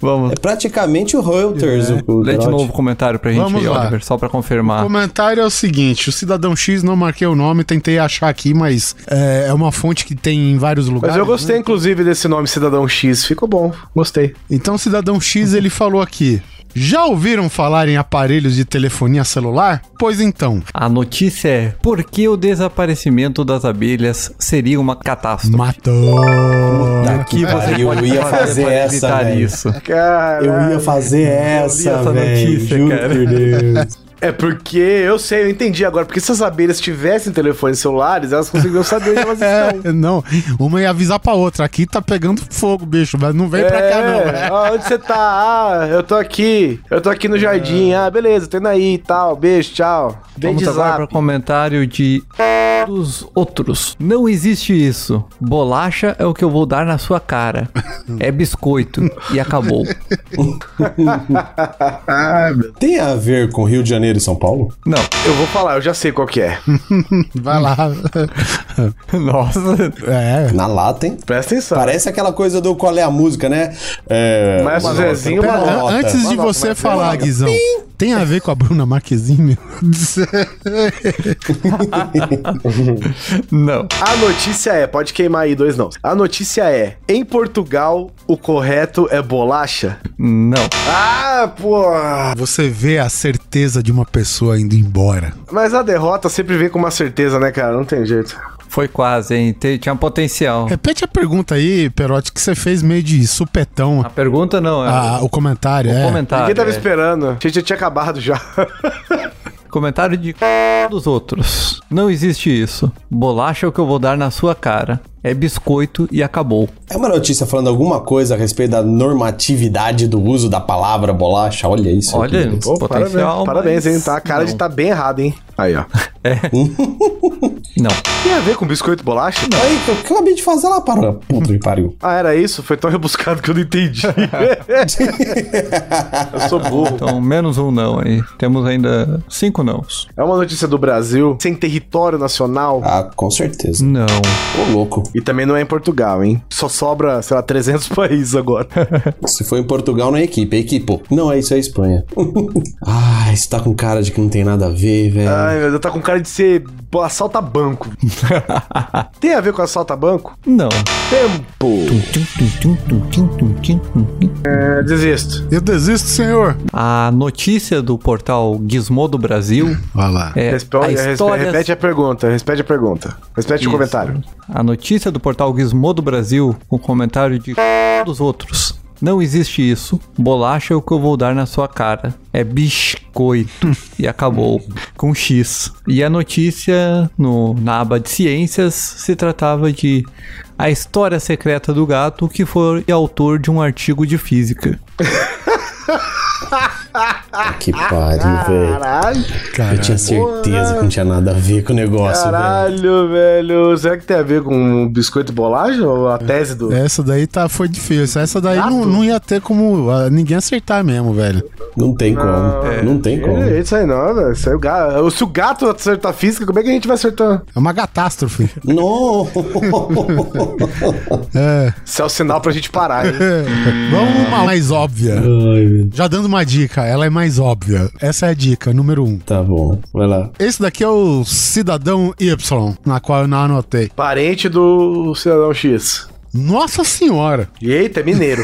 E: Vamos.
D: É praticamente o Reuters. O, o
E: Lê de
D: trote.
E: novo o comentário pra gente
C: Vamos
E: aí,
C: lá.
E: Oliver, só pra
C: O
B: Ah.
E: confirmar.
C: comentário é o seguinte: o Cidadão X, não marquei o nome, tentei achar aqui, mas é, é uma fonte que tem em vários lugares. né?
B: Mas eu gostei, inclusive, desse nome Cidadão X. Ficou bom, gostei.
C: Então, o Cidadão X, ele falou aqui. Já ouviram falar em aparelhos de telefonia celular? Pois então,
E: A notícia é: por que o desaparecimento das abelhas seria uma catástrofe?
C: matou.
E: O que
D: Cara,
E: você
D: eu
E: pode
D: ia fazer
E: para
D: essa,
E: evitar
D: velho.
E: isso?
B: Cara,
D: Eu ia fazer essa,
E: essa
D: velho.
E: notícia,
D: Juro
E: cara.
D: por Deus.
B: é porque eu sei, eu entendi agora. Porque se as abelhas tivessem telefones celulares, elas conseguiriam saber onde [LAUGHS] elas estão.
C: É, não, uma ia avisar pra outra. Aqui tá pegando fogo, bicho, mas não vem pra cá, não. né?"
B: É, ó, onde você tá? Ah, eu tô aqui. Eu tô aqui no jardim. Ah, beleza, tô indo aí e tal. Beijo, tchau. Bem
E: Vamos
B: de
E: agora para
B: zap.
E: o comentário de dos outros. Não existe isso. Bolacha é o que eu vou dar na sua cara. É biscoito e acabou.
D: Tem a ver com Rio de Janeiro e São Paulo?
E: Não.
B: Eu vou falar, eu já sei qual que é. [LAUGHS]
C: Vai lá.
E: Nossa.
C: É.
D: Na lata, hein?
B: Presta atenção.
D: Parece aquela coisa do qual é a música, né? É,
B: Mas
D: uma
B: o
D: nota,
B: Zezinho-
D: uma
C: Pera, an-
D: nota.
C: antes de
B: Uma nota,
C: você
B: mas é uma
C: falar,
B: nota.
C: Guizão, tem a ver com a
B: [LAUGHS]
C: Bruna Marquezine?
E: Não.
B: A notícia é, pode queimar aí dois não. A notícia é, em Portugal, o correto é bolacha?
E: Não.
B: Ah, pô!
C: Você vê a certeza de uma pessoa indo embora.
B: Mas a derrota sempre vem com uma certeza, né, cara? Não tem jeito.
E: Foi quase, hein? Te- Tinha potencial.
C: Repete a pergunta aí, Perotti, que você fez meio de supetão.
E: A pergunta não é.
C: Ah, o comentário, é.
E: comentário.
B: Ninguém tava
E: é.
B: esperando. A gente já tinha acabado já.
E: Comentário de dos outros. Não existe isso. Bolacha é o que eu vou dar na sua cara. É biscoito e acabou.
D: É uma notícia falando alguma coisa a respeito da normatividade do uso da palavra bolacha. Olha isso.
E: Olha,
D: aqui.
B: Pô,
E: potencial.
B: parabéns, [LAUGHS] parabéns,
E: mas
B: hein? Tá a cara de
E: não.
B: tá bem errado, hein? Aí, ó.
E: Não.
B: Tem a ver com biscoito bolacha? Não.
D: Aí, que eu acabei de fazer lá, para. Puta que pariu.
B: Ah, era isso? Foi tão rebuscado que eu não entendi. [LAUGHS] eu sou burro.
E: Então, menos um não aí. Temos ainda cinco nãos.
B: É uma notícia do Brasil, sem território nacional.
D: Ah, com certeza.
E: Não.
D: Ô, louco.
B: E também não é em Portugal, hein? Só sobra, sei lá, 300 [LAUGHS] países agora.
D: Se foi em Portugal, não é equipe, é equipo. Não, é isso, é Espanha. [LAUGHS] ah, isso tá com cara de que não tem nada a ver, velho.
B: Ai, meu Deus, tá com cara de ser assalta
E: [LAUGHS]
B: banco. Tem a ver com assalta banco?
E: Não.
B: Tempo. É, desisto.
C: Eu desisto, senhor.
E: A notícia do portal Gizmodo Brasil
C: Vai lá.
E: é
B: Responde,
E: a
B: respe-
E: história...
B: Repete a pergunta, repete a pergunta. Repete
E: Isso.
B: o comentário.
E: A notícia do portal Gizmodo Brasil com comentário de dos outros. Não existe isso. Bolacha é o que eu vou dar na sua cara. É biscoito. e acabou. Com X. E a notícia no, na aba de ciências se tratava de a história secreta do gato que foi autor de um artigo de física.
D: Que pariu, velho.
B: Caralho,
D: Eu tinha certeza que não tinha nada a ver com o negócio, velho.
B: caralho, velho. Será que tem a ver com biscoito e bolacha? Ou a tese do.
C: Essa daí tá, foi difícil. Essa daí não, não ia ter como ah, ninguém acertar mesmo, velho.
D: Não tem como. não tem como.
B: É, isso aí não, velho. Isso aí o gato. Se o gato acertar física, como é que a gente vai acertar?
C: É uma catástrofe. [LAUGHS]
D: Não! [LAUGHS]
C: É.
B: Isso é o sinal pra gente parar, [LAUGHS] hein?
C: Vamos uma mais óbvia. Já dando uma dica, ela é mais óbvia. Essa é a dica, número um.
D: tá bom, vai lá.
C: Esse daqui é o Cidadão Y, na qual eu não anotei.
B: Parente do cidadão X.
C: Nossa senhora!
B: Eita, é mineiro.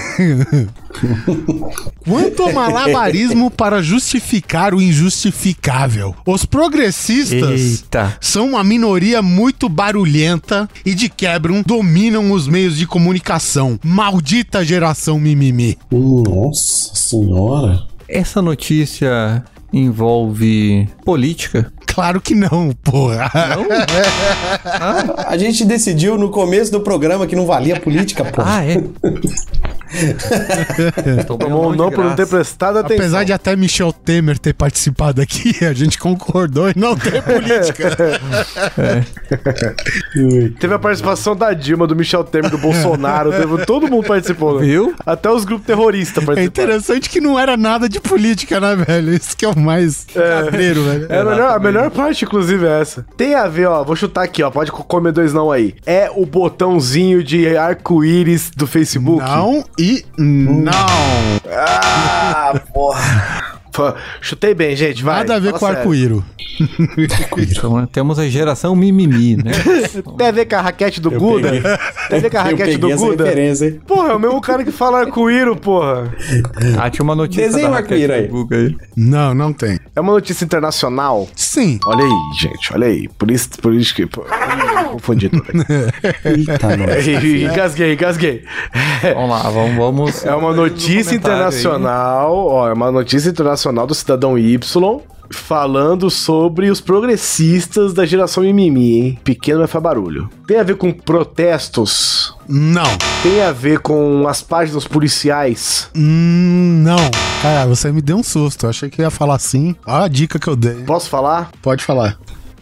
C: Quanto malabarismo para justificar o injustificável. Os progressistas
E: Eita.
C: são uma minoria muito barulhenta e de quebram dominam os meios de comunicação. Maldita geração mimimi.
D: Nossa senhora.
E: Essa notícia envolve política.
C: Claro que não, porra.
D: A gente decidiu no começo do programa que não valia política, pô.
E: Ah, é? Tô ganhando
B: [LAUGHS] Tomou um
E: de
B: não por não
E: graça.
B: ter prestado atenção.
C: Apesar de até Michel Temer ter participado aqui, [LAUGHS] a gente concordou em não ter política.
B: Teve a participação da Dilma, do Michel Temer, do Bolsonaro. teve- todo mundo participou, né?
E: Viu?
B: Até os grupos terroristas
C: É
B: participaram.
C: interessante que não era nada de política, né, velho? Isso que é o mais cabreiro, velho.
B: É a melhor, a melhor parte, inclusive, é essa. Tem a ver, ó, vou chutar aqui, ó. Pode co- comer dois não aí. É o botãozinho de arco-íris do Facebook.
C: Não e não.
B: Ah, porra. Pô, Chutei bem, gente. Vai,
C: Nada a ver
B: fala
C: com
B: sério.
C: arco-íro.
E: Então, temos a geração mimimi, né?
B: Tem a ver com a raquete do Guda?
D: peguei.
B: Tem a ver com a
D: Eu
B: raquete
D: peguei
B: do
D: essa
B: Guda?
D: referência, hein?
B: Porra, é o mesmo cara que fala arco-íro, porra.
E: Ah, tinha uma notícia
D: Desenha
E: da
D: um
E: raquete
D: arco-íris aí.
E: do Guga aí.
C: Não, não tem.
B: É uma notícia internacional.
C: Sim.
B: Olha aí, gente, olha aí. Por isso, por isso que. por- Confundi tudo.
D: [LAUGHS] Eita, nossa.
B: [LAUGHS] engasguei, engasguei.
E: Vamos lá, vamos. vamos
B: É
D: um
B: uma notícia
E: comentário aí.
B: internacional, ó, é uma notícia internacional do cidadão Y falando sobre os progressistas da geração mimimi, hein? Pequeno vai faz barulho. Tem a ver com protestos,
C: Não.
B: tem a ver com as páginas policiais.
C: Hum, não. Cara, você me deu um susto. Eu achei que ia falar sim. Olha a dica que eu dei.
B: Posso falar?
C: Pode falar.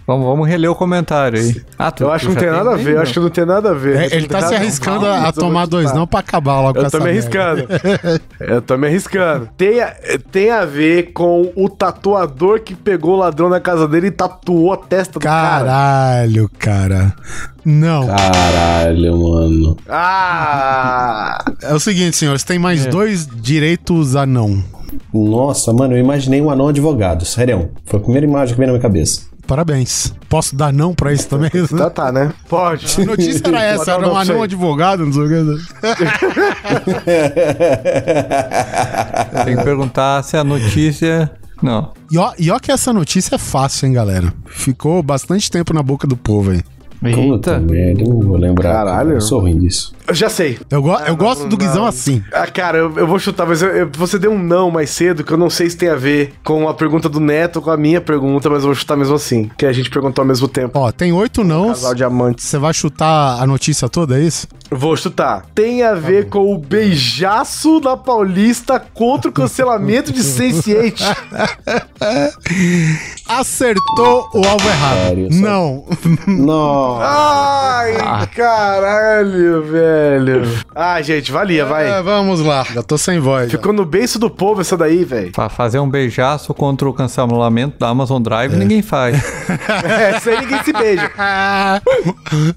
E: Vamos, vamos reler o comentário aí. Ah, tu,
B: Eu acho
E: tu
B: que não
E: já
B: tem nada a
E: aí,
B: ver, eu
E: não?
B: acho que não tem nada a ver.
C: É, ele tá se arriscando a- a,
B: Eu tô-
C: tomar dois não pra acabar logo com
B: Eu
C: essa
B: tô me
C: merda.
B: arriscando. Eu tô me
C: [LAUGHS]
B: arriscando. Tem a, tem a ver com o tatuador que pegou o ladrão na casa dele e tatuou a testa do cara.
C: Caralho, cara. Não.
D: Caralho, mano.
B: Ah!
C: É o seguinte, senhores, tem
B: É.
C: mais dois direitos a não.
D: Nossa, mano, eu imaginei um anão advogado, sério. Foi a primeira imagem que veio na minha cabeça.
C: Parabéns. Posso dar não pra isso também?
B: [LAUGHS]
C: [LAUGHS]
B: Tá, tá, né? Pode.
C: A notícia era
B: Não,
C: essa, era
B: não,
C: um
B: não
C: anão
B: sei.
C: advogado, não sei o que.
E: Tem que perguntar se a notícia. Não.
C: E ó, e ó que essa notícia é fácil, hein, galera. Ficou bastante tempo na boca do povo, hein.
D: Puta merda, eu não vou lembrar.
B: Caralho.
D: Eu sou ruim disso.
B: Eu já sei.
C: Eu, go- eu gosto do Guizão assim.
B: Ah, cara, eu, eu vou chutar, mas eu- eu- você deu um não mais cedo que eu não sei se tem a ver com a pergunta do Neto ou com a minha pergunta, mas eu vou chutar mesmo assim, que a gente perguntou ao mesmo tempo.
C: Ó, tem oito nãos.
B: Casal de amantes.
C: Você vai chutar a notícia toda, é isso?
B: Vou chutar. Tem a ver com o beijaço da Paulista contra o cancelamento de Sense8.
C: Acertou o alvo errado.
D: Sério, só-
C: não.
D: Nossa.
B: Ai, caralho, velho. Ah, gente, valia,
C: É,
B: vai.
C: vamos lá. Já tô sem voz. já.
B: Ficou no beiço do povo essa daí, velho.
E: Pra fazer um beijaço contra o cancelamento da Amazon Drive, ninguém faz.
B: É, isso aí ninguém se beija.
C: Ah.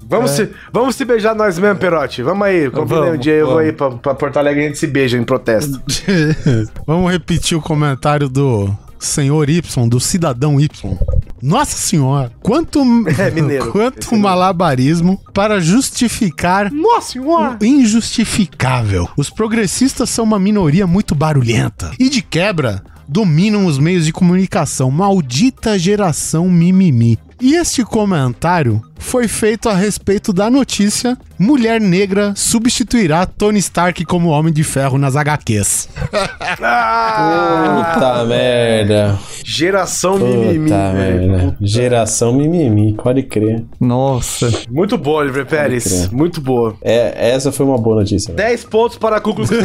B: Vamos, se, vamos se beijar nós mesmo, Perotti. Vamos aí, combinei um
E: Vamos,
B: dia, eu vou
E: vamos.
B: aí pra, pra Porto Alegre e a gente se beija em protesto.
C: [LAUGHS] Vamos repetir o comentário do senhor Y, do cidadão Y. Nossa senhora, quanto,
B: É, mineiro.
C: quanto malabarismo para justificar
B: Nossa senhora!
C: o injustificável. Os progressistas são uma minoria muito barulhenta e de quebra dominam os meios de comunicação. Maldita geração mimimi. E este comentário foi feito a respeito da notícia: mulher negra substituirá Tony Stark como Homem de Ferro nas HQs.
D: Puta merda.
B: Geração mimimi,
D: Puta
B: velho.
D: merda. Geração mimimi, pode crer.
E: Nossa.
B: Muito boa, Oliver Pérez.
D: crer.
B: Muito boa.
D: É, essa foi uma boa notícia. velho.
B: 10 pontos para a Ku Klux
D: [LAUGHS]
B: Klan.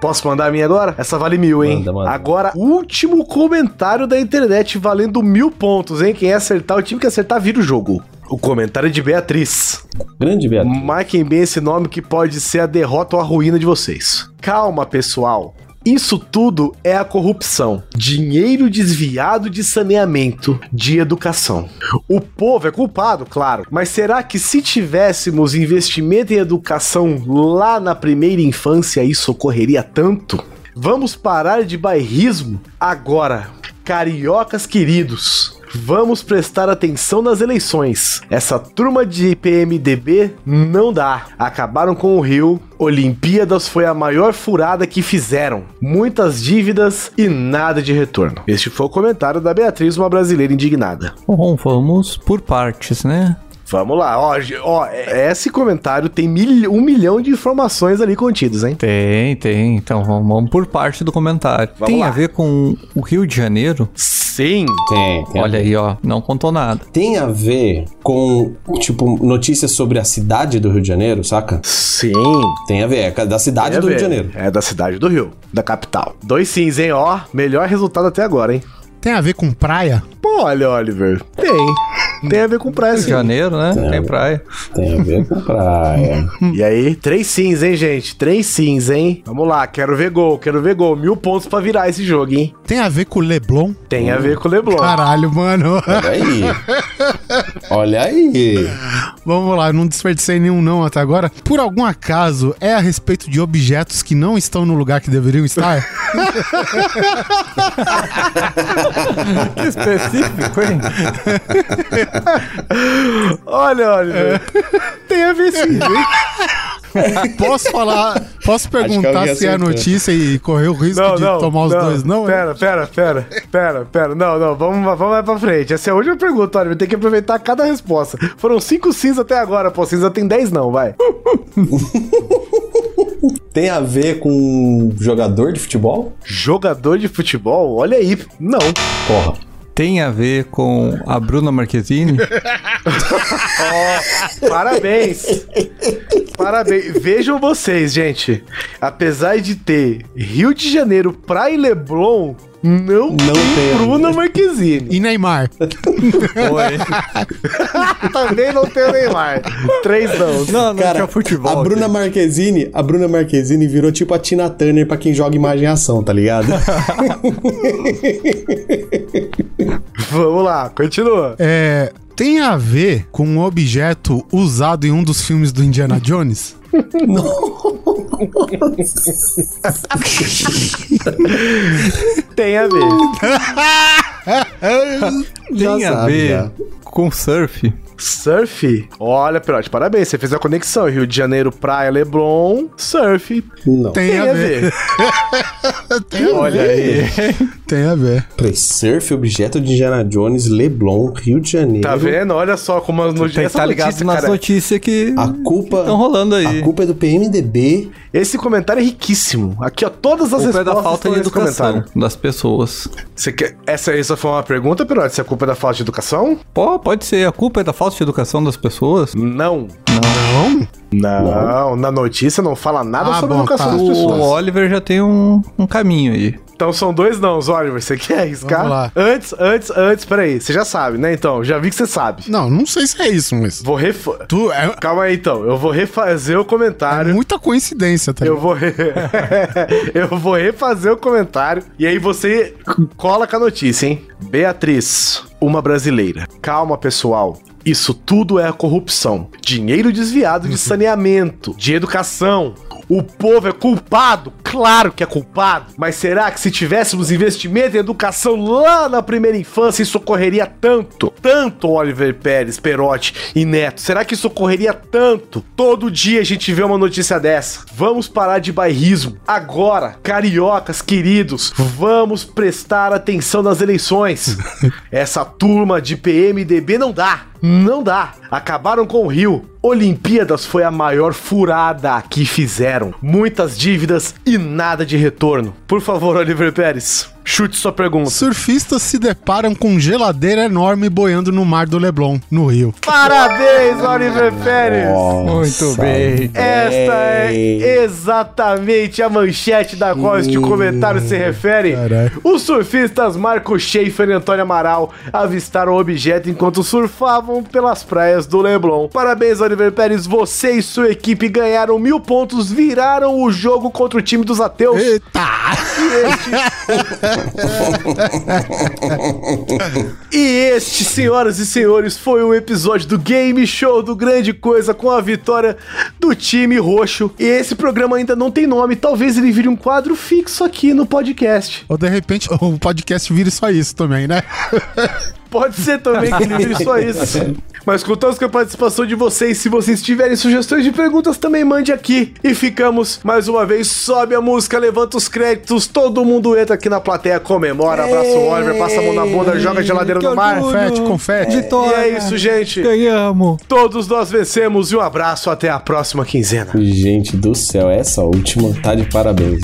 B: Posso mandar a minha agora? Essa vale mil, hein?
D: Manda, manda.
B: Agora, último comentário da internet valendo mil pontos, hein? Quem acertar, o time que acertar vira o jogo. O comentário é de Beatriz.
D: Grande Beatriz.
B: Marquem bem esse nome que pode ser a derrota ou a ruína de vocês. Calma, pessoal. Isso tudo é a corrupção. Dinheiro desviado de saneamento, de educação. O povo é culpado, claro, mas será que se tivéssemos investimento em educação lá na primeira infância, isso ocorreria tanto? Vamos parar de bairrismo agora. Cariocas queridos, vamos prestar atenção nas eleições. Essa turma de PMDB não dá. Acabaram com o Rio. Olimpíadas foi a maior furada que fizeram. Muitas dívidas e nada de retorno. Este foi o comentário da Beatriz, uma brasileira indignada.
E: Bom, vamos por partes, né?
B: Vamos lá, ó, ge- ó, é- esse comentário tem mil- um milhão de informações ali contidas, hein?
E: Tem, tem. Então vamos vamos por parte do comentário.
B: Vamos
E: tem
B: lá.
E: a ver com o Rio de Janeiro?
B: Sim.
D: Tem, tem.
E: Olha aí, ó. Não contou nada.
D: Tem a ver com, tipo, notícias sobre a cidade do Rio de Janeiro, saca?
B: Sim.
D: Tem a ver, é da cidade do Rio de Janeiro.
B: É da cidade do Rio, da capital. Dois sims, hein? Ó, melhor resultado até agora, hein?
C: Tem a ver com praia?
B: Pô, olha, Oliver. Tem. Tem a ver com praia,
E: Rio de
B: sim.
E: Janeiro, né? Tem praia.
D: Tem a ver com praia.
B: E aí, três sims, hein, gente? Três sims, hein? Vamos lá, quero ver gol, quero ver gol. Mil pontos pra virar esse jogo, hein?
C: Tem a ver com Leblon?
B: Tem a ver com o Leblon.
C: Caralho, mano. [LAUGHS]
D: Olha aí. Olha aí.
C: Vamos lá, não desperdicei nenhum não até agora. Por algum acaso, é a respeito de objetos que não estão no lugar que deveriam estar?
E: Que específico, hein?
B: Olha, Oliver.
C: É.
B: Tem a ver
C: [LAUGHS]
B: sim, hein?
C: Posso falar, posso perguntar
D: alguém
C: se é a
D: acertou.
C: notícia e correr o risco de tomar os dois, não?
B: Pera,
C: é?
B: pera, pera, pera, pera. Não, não, vamos, vamos mais pra frente. Essa é a última pergunta, Oliver. Tem que aproveitar cada resposta. Foram cinco sims até agora, pô. Cinza tem dez não, vai.
D: Tem a ver com jogador de futebol?
B: Jogador de futebol? Olha aí. Não.
D: Porra.
E: Tem a ver com a Bruna Marquezine?
B: Parabéns! Parabéns. Vejam vocês, gente. Apesar de ter Rio de Janeiro, Praia e Leblon, não, tem,
D: tem.
B: Bruna
C: [LAUGHS]
B: Marquezine.
C: E Neymar?
E: Oi.
B: Também não tem o Neymar. Três não.
E: Não, não
D: Cara,
E: tinha futebol.
D: a Bruna
E: aqui.
D: Marquezine, a Bruna Marquezine virou tipo a Tina Turner pra quem joga imagem e ação, tá
E: [LAUGHS]
D: ligado?
B: Vamos lá, continua.
C: É, tem a ver com um objeto usado em um dos filmes do Indiana Jones?
B: Tem a ver.
E: Tem
D: já
E: a
D: sabe,
E: ver
D: já.
E: com surf?
B: Surf? Olha, Pirote, parabéns. Você fez a conexão. Rio de Janeiro, Praia, Leblon, surf.
D: Não.
C: Tem, a, ver.
B: Olha aí.
C: Tem a ver.
D: Play surf, objeto de Indiana Jones, Leblon, Rio de Janeiro.
B: Tá vendo? Olha só como é as
E: Tem que
B: notícias.
E: estar tá ligado nas notícias que
D: A culpa.
E: estão rolando aí.
D: A culpa é do PMDB.
B: Esse comentário é riquíssimo. Aqui, ó, todas as
E: A culpa é
B: respostas
E: da falta
B: estão
E: de
B: nesse
E: educação das pessoas.
B: Você quer... Essa aí só foi uma pergunta, Pirote? Se a culpa é da falta de educação?
E: Pô, pode ser. A culpa é da falta de educação das pessoas?
B: Não.
C: Não?
B: Não, na notícia não fala nada
C: Ah,
B: sobre a
C: bom,
B: educação
C: tá.
B: das
E: O
B: pessoas.
E: Oliver já tem um, um caminho aí.
B: Então são dois não, Oliver. Você quer arriscar?
C: Vamos lá.
B: Antes, antes, antes, peraí. Você já sabe, né? Então, já vi que você sabe.
C: Não, não sei se é isso, mas...
B: Vou refa...
C: Tu, é,
B: Calma aí, então. Eu vou refazer o
C: é
B: comentário.
C: muita coincidência, tá
B: Eu
C: ligado?
B: vou, re- [LAUGHS] eu vou refazer o comentário e aí você cola com a notícia, hein? Beatriz, uma brasileira. Calma, pessoal. Isso tudo é a corrupção. Dinheiro desviado de saneamento, de educação. O povo é culpado, claro que é culpado. Mas será que se tivéssemos investimento em educação lá na primeira infância, isso ocorreria tanto? Tanto, Oliver Pérez, Perotti e Neto. Será que isso ocorreria tanto? Todo dia a gente vê uma notícia dessa. Vamos parar de bairrismo. Agora, cariocas queridos, vamos prestar atenção nas eleições. Essa turma de PMDB não dá. Não dá. Acabaram com o Rio. Olimpíadas foi a maior furada que fizeram. Muitas dívidas e nada de retorno. Por favor, Oliver Pérez, chute sua pergunta.
C: Surfistas se deparam com geladeira enorme boiando no mar do Leblon, no Rio.
B: Parabéns, Oliver Pérez!
E: Muito
D: Nossa,
E: bem.
B: Esta é exatamente a manchete da qual este comentário se refere.
C: Caralho.
B: Os surfistas Marco Schaefer e Antônio Amaral avistaram o objeto enquanto surfavam pelas praias do Leblon. Parabéns, Oliver Pérez. Você e sua equipe ganharam mil pontos, viraram o jogo contra o time dos ateus.
C: Eita!
B: E este, senhoras e senhores, foi um episódio do Game Show do Grande Coisa com a vitória do time roxo. E esse programa ainda não tem nome, talvez ele vire um quadro fixo aqui no podcast.
C: Ou de repente o podcast vira só isso também, né?
B: Pode ser
E: [LAUGHS]
B: também que ele vire só isso. Mas contamos com a participação de vocês. Se vocês tiverem sugestões de perguntas, também mande aqui. E ficamos mais uma vez. Sobe a música, levanta os créditos. Todo mundo entra aqui na plateia, comemora, abraça o Oliver, passa a mão na bunda, joga a geladeira
E: Que
B: no mar.
E: orgulho.
C: Confete, confete.
B: E
E: Vitória.
B: é isso, gente.
E: Ganhamos.
B: Todos nós vencemos e um abraço até a próxima quinzena.
D: Gente do céu, essa última tá de parabéns.